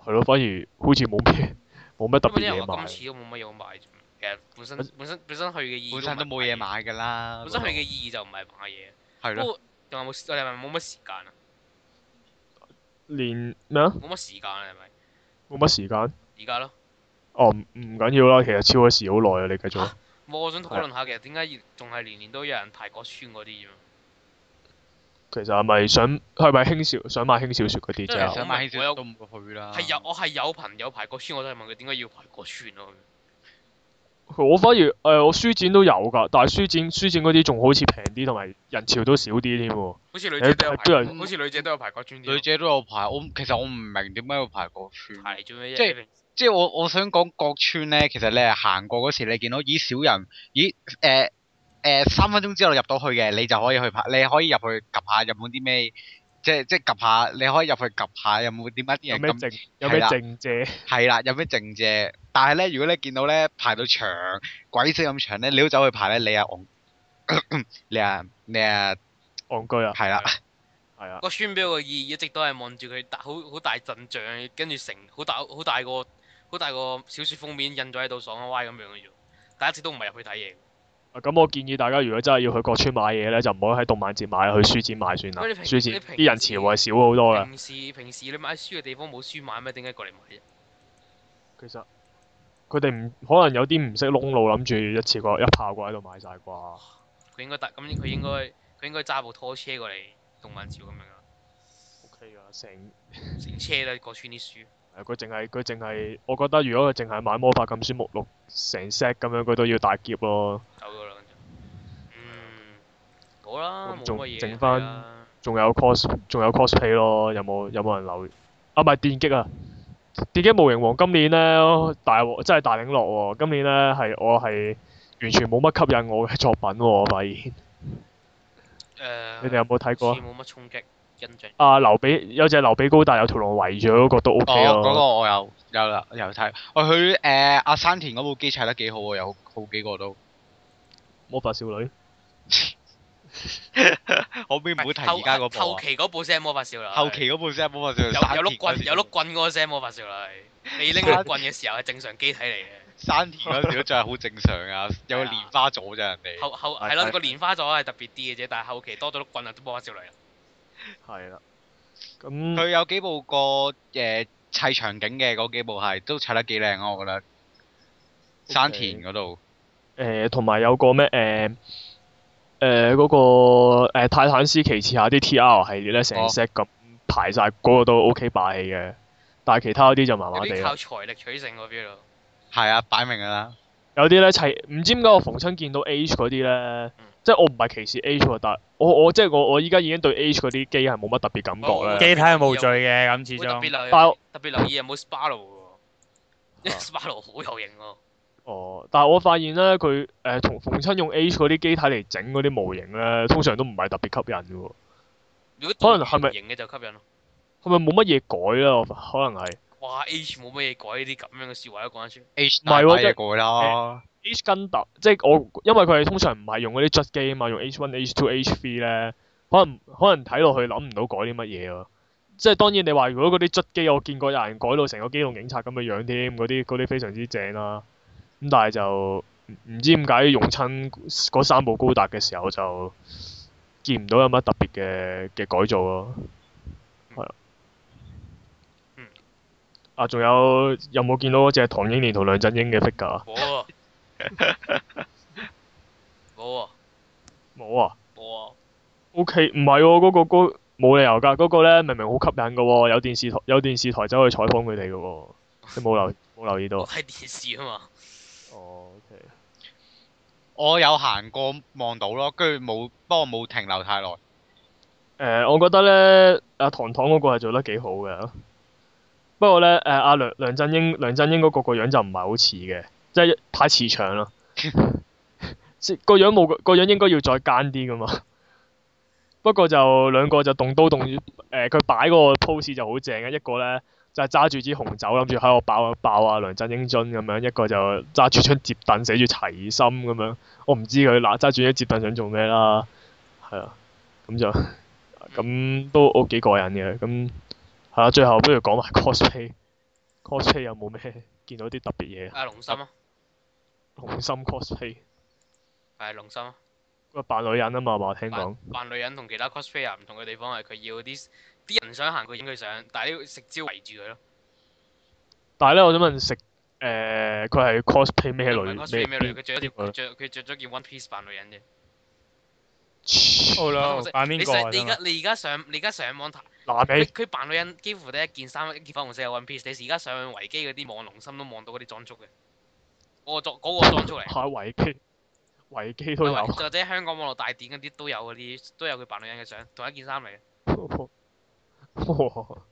A: 係咯，反而好似冇咩 (laughs) 冇乜特
D: 因
A: 別
D: 為啲
A: 嘢
D: 人話
A: 賣
D: 今。次都冇乜嘢好買啫。其實本身本身本身去嘅意義
B: 本身都冇嘢，買㗎啦。
D: 本身去嘅意義就唔係買嘢。
B: 係
D: 不
B: 咯，
D: 過仲有冇我哋係咪冇乜時間啊？
A: 連咩啊？
D: 冇乜時間啊，係咪？
A: 冇乜時間。
D: 而家咯，
A: 哦，唔唔緊要啦，其實超咗時好耐啊，你繼續啊。
D: 冇我想討論下，其實點解仲係年年都有人提國村嗰啲啫嘛？
A: 其實係咪想係咪輕小想買輕小說嗰啲
D: 因為
A: 啫？
B: 想買起少都唔會去啦。
D: 係有我係有朋友排國村，我都係問佢點解要排國村咯。
A: 我反而誒、呃我書展都有㗎，但係書展書展嗰啲仲好似平啲，同埋人潮都少啲添喎。
D: 好似女
A: 仔
D: 仔
A: 都
D: 都
A: 有
D: 有
A: 排過
D: 排，
B: 好
D: 好似女仔都有排國村
B: 女仔都有排，我其實我唔明點解要排國村。
D: 排嚟做咩啫？
B: 即係即係我我想講角村咧，其實你係行過嗰時，你見到咦少人，咦誒誒三分鐘之內入到去嘅，你就可以去拍，你可以入去 𥄫 下有冇啲咩，即係即係 𥄫 下，你可以入去 𥄫 下有冇點解啲
A: 有
B: 人
A: 咩
B: 咁
A: 靜有咩
B: 係啦
A: 靜姐？
B: 係啦，有咩靜啫？但係咧，如果你見到咧排到長鬼死咁長咧，你都走去排咧，你啊戇， (coughs) 你啊你啊
A: 戇居啊，
B: 係啦，
A: (laughs) 係啊，
D: 個孫俾我嘅意義一直都係望住佢大好好大陣仗，跟住成好大好大個好大個小説封面印咗喺度爽歪咁樣嘅啫。但一直都唔係入去睇嘢。
A: 啊咁我建議大家如果真係要去國村買嘢咧，就唔好喺動漫節買，去書展買算啦。
D: 喂你平
A: 書展
D: 你平
A: 啲人潮係少好啊多嘅。
D: 平時平時你買書嘅地方冇書買咩？點解過嚟買啫？
A: 其實佢哋唔可能有啲唔識窿路，諗住一次過一炮過喺度買晒啩。
D: 佢應該搭咁佢應該佢應該揸部拖車過嚟動漫潮咁樣噶，
A: O K 㗎，成
D: 成車啦過村啲書。
A: 誒佢淨係佢淨係，我覺得如果佢淨係買魔法禁書目錄成 set 咁樣，佢都要大劫咯。
D: 走咗啦，跟住，嗯，好啦，冇
A: 仲
D: 乜嘢，
A: 剩返
D: 係啊
A: 仲有 cos 仲有 cosplay 咯，有冇有冇人留意？啊，唔係電擊啊！電擊模型王今年呢，大鑊真係大領落喎！今年呢，係我係完全冇乜吸引我嘅作品喎，我發現。
B: 嗯
D: 誒，
A: 你哋有冇睇過啊
D: 呃好似冇乜衝擊印象，
A: 啊？劉備有隻劉備高達有條龍圍住嗰個都 O
B: 哦
A: K
B: 嗰
A: 咯。
B: 個我有有啦有睇，喂佢誒阿山田嗰部機砌得幾好啊，有好幾個都，
A: 魔法少女
B: 可唔可以唔好提而家嗰部啊
D: 後期嗰部先係魔法少女，啊
B: 後期嗰部聲魔法少女
D: 有有碌棍有碌棍嗰個聲魔法少女，你
A: (laughs)
D: 拎碌棍嘅時候係正常機體嚟嘅，
B: 山田嗰時都真係好正常啊，有個蓮花座啫人哋。
D: 後後
A: 係
D: 係
A: 係
D: 咯個蓮花座係特別啲嘅啫，但係後期多咗碌棍啊，都魔法少女啦，
A: 係啦。咁
B: 佢有幾部個誒砌場景嘅嗰幾部係都砌得幾靚啊，我覺得。山田嗰度
A: 呃誒同埋有個咩誒誒呃嗰個誒泰坦斯其次下啲 T.R. 系列咧，成
B: 哦
A: set 咁排晒嗰個都 O.K. 霸氣嘅，但係其他嗰啲就麻麻
D: 有
A: 地啊
D: 啲
A: 啦
D: 靠。財力取勝喎邊度？
B: 系啊，擺明噶啦，
A: 有啲咧砌，唔知點解我逢親見到 H 嗰啲
D: 嗯
A: 咧，即係我唔係歧視 H 喎，但係我我即係我我依家已經對 H 嗰啲機係冇乜特別感覺
D: 哦
A: 咧。
C: 機體係無罪嘅，咁始
D: 會特別
C: 終
A: 但
D: 留
A: 我
D: 特別留意有冇 Sparrow 喎
A: 啊
D: ，Sparrow 好有型喎。
A: 哦，但係我發現咧，佢誒同逢親用 H 嗰啲機體嚟整嗰啲模型咧，通常都唔係特別吸引嘅喎。
D: 如果
A: 可能係咪
D: 型嘅就吸引咯？
A: 係咪冇乜嘢改啦？我可能係
D: 哇，H 冇乜嘢改呢啲咁樣嘅説話都講
A: (laughs)
D: 得出。
B: H
A: 唔係喎即係
B: 大過啦，
A: H 跟特，即係我因為佢哋通常唔係用嗰啲卒機啊嘛，用 H one、H two、H three 咧，可能可能睇落去諗唔到改啲乜嘢喎。即係當然你話如果嗰啲卒機，我見過有人改到成個機動警察咁嘅樣添，嗰啲嗰啲非常之正啦、咁但係就唔唔知點解用親嗰三部高達嘅時候就見唔到有乜特別嘅嘅改造咯。係啊
D: 嗯。
A: 啊，仲有有冇見到嗰只唐英年同梁振英嘅 figure 啊？
D: 冇喎，冇喎，
A: 冇啊。
D: 冇啊！
A: O K，唔係喎，嗰、個嗰冇理由㗎，嗰、個咧明明好吸引㗎喎，有電視台有電視台走去採訪佢哋㗎喎，你冇留冇留意到
D: 我？睇電視啊嘛，
A: 哦，O K，
B: 我有行過望到咯，跟住冇，不過冇停留太耐。
A: 誒，我覺得咧，阿糖糖嗰個係做得幾好嘅，不過咧，誒、阿梁梁振英梁振英嗰個個樣就唔係好似嘅，即係太慈祥啦，即個樣冇個樣應該要再奸啲㗎嘛。不過就兩個就動刀動誒，佢、擺嗰個 pose 就好正嘅，一個咧就係揸住支紅酒諗住喺度爆啊爆啊梁振英樽咁樣，一個就揸住張摺凳寫住齊心咁樣，我唔知佢嗱揸住張摺凳想做咩啦，係啊，咁就咁都我幾過癮嘅，咁係啦，最後不如講埋 cosplay，cosplay 有冇咩見到啲特別嘢？
D: 阿龍心啊，
A: 紅心 cosplay，
D: 係龍心啊，
A: 佢扮女人啊嘛，話聽講
D: 嗯扮。扮女人同其他 cosplayer 唔同嘅地方係佢要啲啲人想行佢影佢相，但係呢個食招圍住佢咯，
A: 但係咧，我想問食誒，佢係 cosplay 咩
D: 唔係
A: 類
D: cosplay 咩女，佢着
A: 邊
D: 咗條
A: 邊
D: 佢着佢着咗件 one piece 扮女人啫。
C: 好
A: (laughs)
D: 哦
A: 黐
C: 啦
D: 我，
C: 扮
D: 你
C: 邊個
D: 上
C: 啊
D: 你
C: 真
D: 而家
C: 係？
D: 你而家上你而家上網睇，
A: 南
D: 佢
A: 美
D: 佢扮女人幾乎得一件衫一件粉紅色嘅 one piece，你而家上維基嗰啲望龍心都望到嗰啲裝束嘅，嗰個裝嗰個裝束嚟。
A: 下維基，維基都有。
D: 或者香港網絡大典嗰啲都有嗰啲，都有佢扮女人嘅相，同一件衫嚟嘅。
A: (laughs) 哇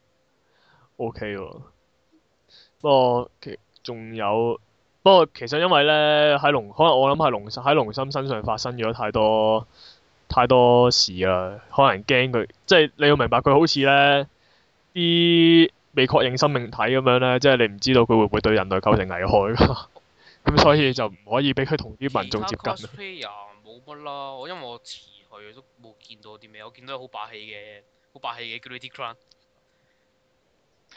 A: ，OK 喎。不過其仲有，不過其實因為咧喺龍，可能我諗係龍喺龍心身上發生咗太多太多事啦，可能驚佢，即係你要明白佢好似咧啲未確認生命體咁樣咧，即係你唔知道佢會唔會對人類構成危害噶， (laughs) 咁所以就唔可以俾佢同啲民眾接近。
D: cosplay 啊，冇乜啦，我因為我遲去都冇見到啲咩，我見到有好霸氣嘅，好霸氣嘅 Gritty Crown。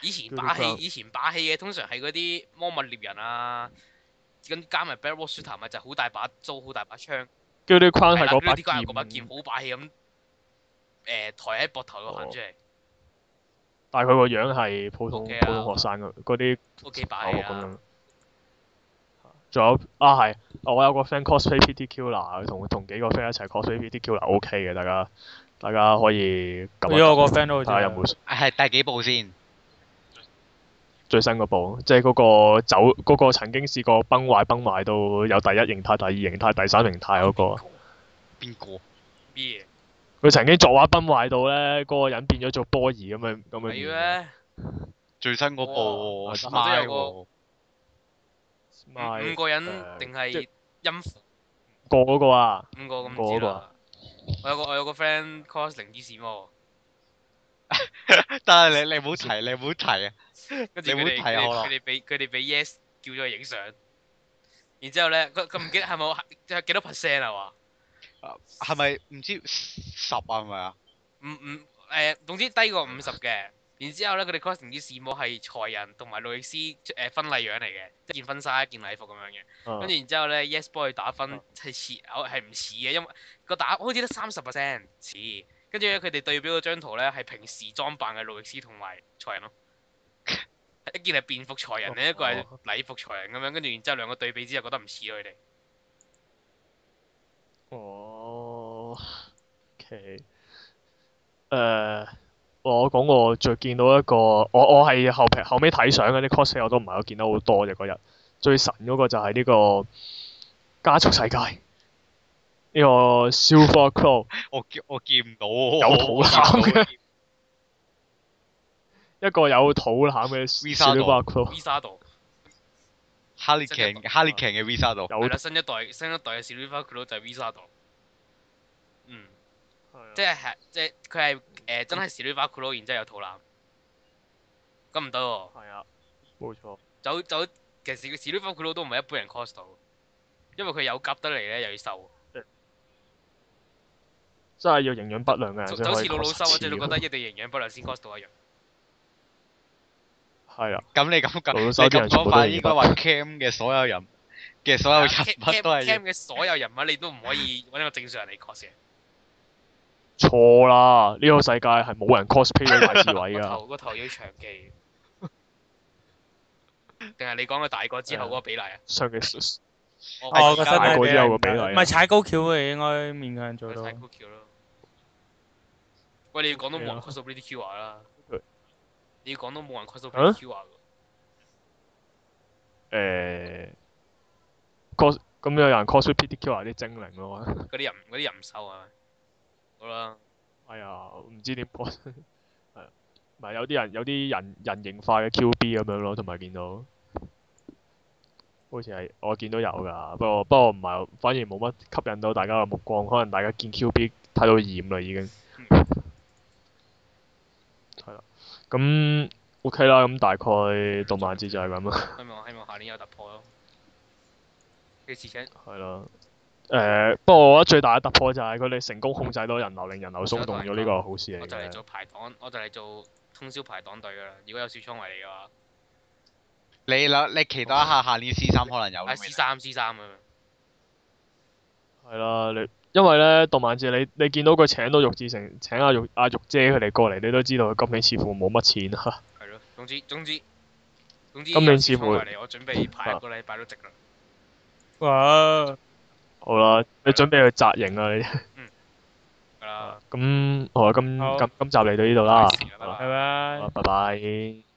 D: 以前
A: Gritty
D: 霸氣
A: Crown，
D: 以前霸氣嘅通常係嗰啲魔物獵人啊，咁加埋 Black War Shooter 咪就好大把刀，好大把槍。
A: 叫啲框係
D: 係啦啊
A: 嗰把
D: Gritty Crown
A: 劍，
D: 有嗰把劍好霸氣咁，誒抬喺膊頭度行出嚟
A: 但係佢個樣係普通
D: OK 啊
A: 普通學生嗰嗰啲。
D: 都幾霸氣
A: 哦咁
D: 啊！
A: 樣。仲有啊係，我有個 friend cosplay PT Killer，同同幾個 friend 一齊 cosplay PT Killer，OK 嘅，大家大家可以撳一撳
C: 如果我個 friend 都好
A: 睇
C: 似
A: 下有冇
B: 係第幾部先？
A: 最新嗰部，即係嗰個走嗰、個曾經試過崩壞崩壞到有第一形態、第二形態、第三形態嗰、
B: 邊個？
D: 咩？
A: 個，佢曾經作畫崩壞到咧，嗰、個人變咗做波兒咁樣咁樣
D: 係
A: 變嘅。
D: 咩？
B: 最新嗰部
A: 哇
B: 喎
A: 我
D: 都
B: Smile
D: 有個
B: 喎，
D: 五
C: 嗯
A: Smile，
D: 五個人
A: 誒
D: 定係
A: 即
D: 音符
A: 過嗰個啊，
D: 五個咁
A: 五
D: 知
A: 個
D: 啦。我有個我有個 friend cos 零之閃喎，
B: 但係你你唔好提，你唔好提啊！
D: 跟住
B: 你
D: 佢
B: 會
D: 哋
B: 睇
D: 佢哋
B: 我啦
D: 佢哋俾佢哋俾 yes 叫咗去影相，然之後咧佢佢唔記得係咪係幾多 percent 啊話
B: 係咪唔知十啊？係咪啊？
D: 唔唔誒總之低過五十嘅。然之後咧，佢哋 cos 零之閃魔係才人同埋路易斯誒婚禮樣嚟嘅，一件婚紗一件禮服咁樣嘅。
A: 啊
D: 跟住然之後咧，Yes 幫佢打分
A: 嗯
D: 係似哦係唔似嘅，因為個打好似得三十 percent 似。跟
A: 啊
D: 住咧，佢哋對比嗰張圖咧，係平時裝扮嘅路易斯同埋才人咯。 (laughs) 一件係便服才人，另一個係
A: 哦
D: 禮服才人咁樣。跟住然之後兩個對比之後，覺得唔似咯佢哋。
A: 哦， K，誒，我講我最見到一個，我我係後皮後尾睇相嗰啲 cosplay 我都唔係我見到好多嘅嗰日，最神嗰個就係呢個加速世界，呢個 Silver Claw
B: 我見我見唔到，
A: 有啊肚腩
B: 嘅，
A: 一個有肚腩嘅
B: Visado
A: Silver Claw，
D: Visa 度
B: 哈利強哈利強嘅 Visa 度，
A: 有
D: 係啦，新一代新一代嘅 Silver c r o 就係 Visa 度，嗯，即
A: 係啊嗯
D: 係即係佢係誒真係 Silver c r o 然之後有肚腩，咁唔得喎，
A: 係啊，冇錯，
D: 走走其實 Silver c r o 都唔係一般人 cos 到，因為佢有夾得嚟咧又要瘦，
A: 真係要營養不良嘅人
D: 就
A: 先
D: 就好
A: 可以
D: 似老老修嗰隻，你覺得
A: 得
D: 一定營養不良先 cos 到一樣。
A: 係啊啦，
B: 咁你咁講，
A: 老
B: 你
A: 手啲
B: 咁
A: 人全部
B: 講
A: 都
B: 法
A: 係
B: 應該話 Cam 嘅所有人嘅所有
A: 啊
B: 人物都
D: Cam
B: 係
D: Cam 嘅所有人物你都唔可以揾一個正常人嚟 cos 嘅，
A: 錯啦，呢個世界係冇人 cosplay 到大智慧
D: (laughs) 個
A: 㗎，
D: 頭個頭要長期，定係你講佢大個之後嗰個比例啊？
A: 上期
C: 哦，
B: 個身
C: 個身
B: 體
C: 體
A: 比
C: 比
A: 例
C: 例
A: 唔
C: 唔
A: 得
C: 得，唔係踩高橋嘅應該勉強做
D: 佢
C: 到。
D: 睇 Q 咯。喂，你要講到冇人 cos 到 b r i t Q R 啦
A: 佢，
D: 你要講到冇人 cos 到 b r i t Q R
A: 誒 cos 咁有人 cosplay PDQ 啊啲精靈咯，
D: 嗰啲人嗰啲人唔收係咪？好啦，
A: 哎呀，唔知點 cos 係啊唔係有啲人有啲人人形化嘅 QB 咁樣咯，同埋見到好似係我見到有㗎，不過不過唔係，反而冇乜吸引到大家嘅目光，可能大家見 QB 睇到厭啦已經。係啦，咁 OK 啦，咁大概動漫節就係咁啦。
D: 希望希望下年有突破咯。嘅事情
A: 係咯。誒、不過我覺得最大嘅突破就係佢哋成功控制到人流，令人流鬆動咗，呢個係好事
D: 我
A: 嚟
D: 就嚟
A: 嘅。
D: 做排檔，我就嚟做通宵排檔隊噶啦。如果有小倉為你嘅話，
B: 你諗你期待一下下年 C 三可能有
D: 啊
B: 啦
D: C 三 C 三咁樣。
A: 係啦，你因為咧動漫節，你你見到佢請到玉志成、請阿玉阿玉姐佢哋過嚟，你都知道佢今年似乎冇乜錢啦。
D: 係咯，總之總之總之，
A: 今年似乎
D: 嚟，我準備排一個禮拜都值啦。
C: 哇！
A: 好啦，你準備去紮營啊啦，你
D: 係啦，
A: 咁好啦，今啊
C: 好
A: 今今集嚟到呢度啦，
D: 拜拜
A: 好啦啊
C: 拜拜
A: 好啦。拜拜。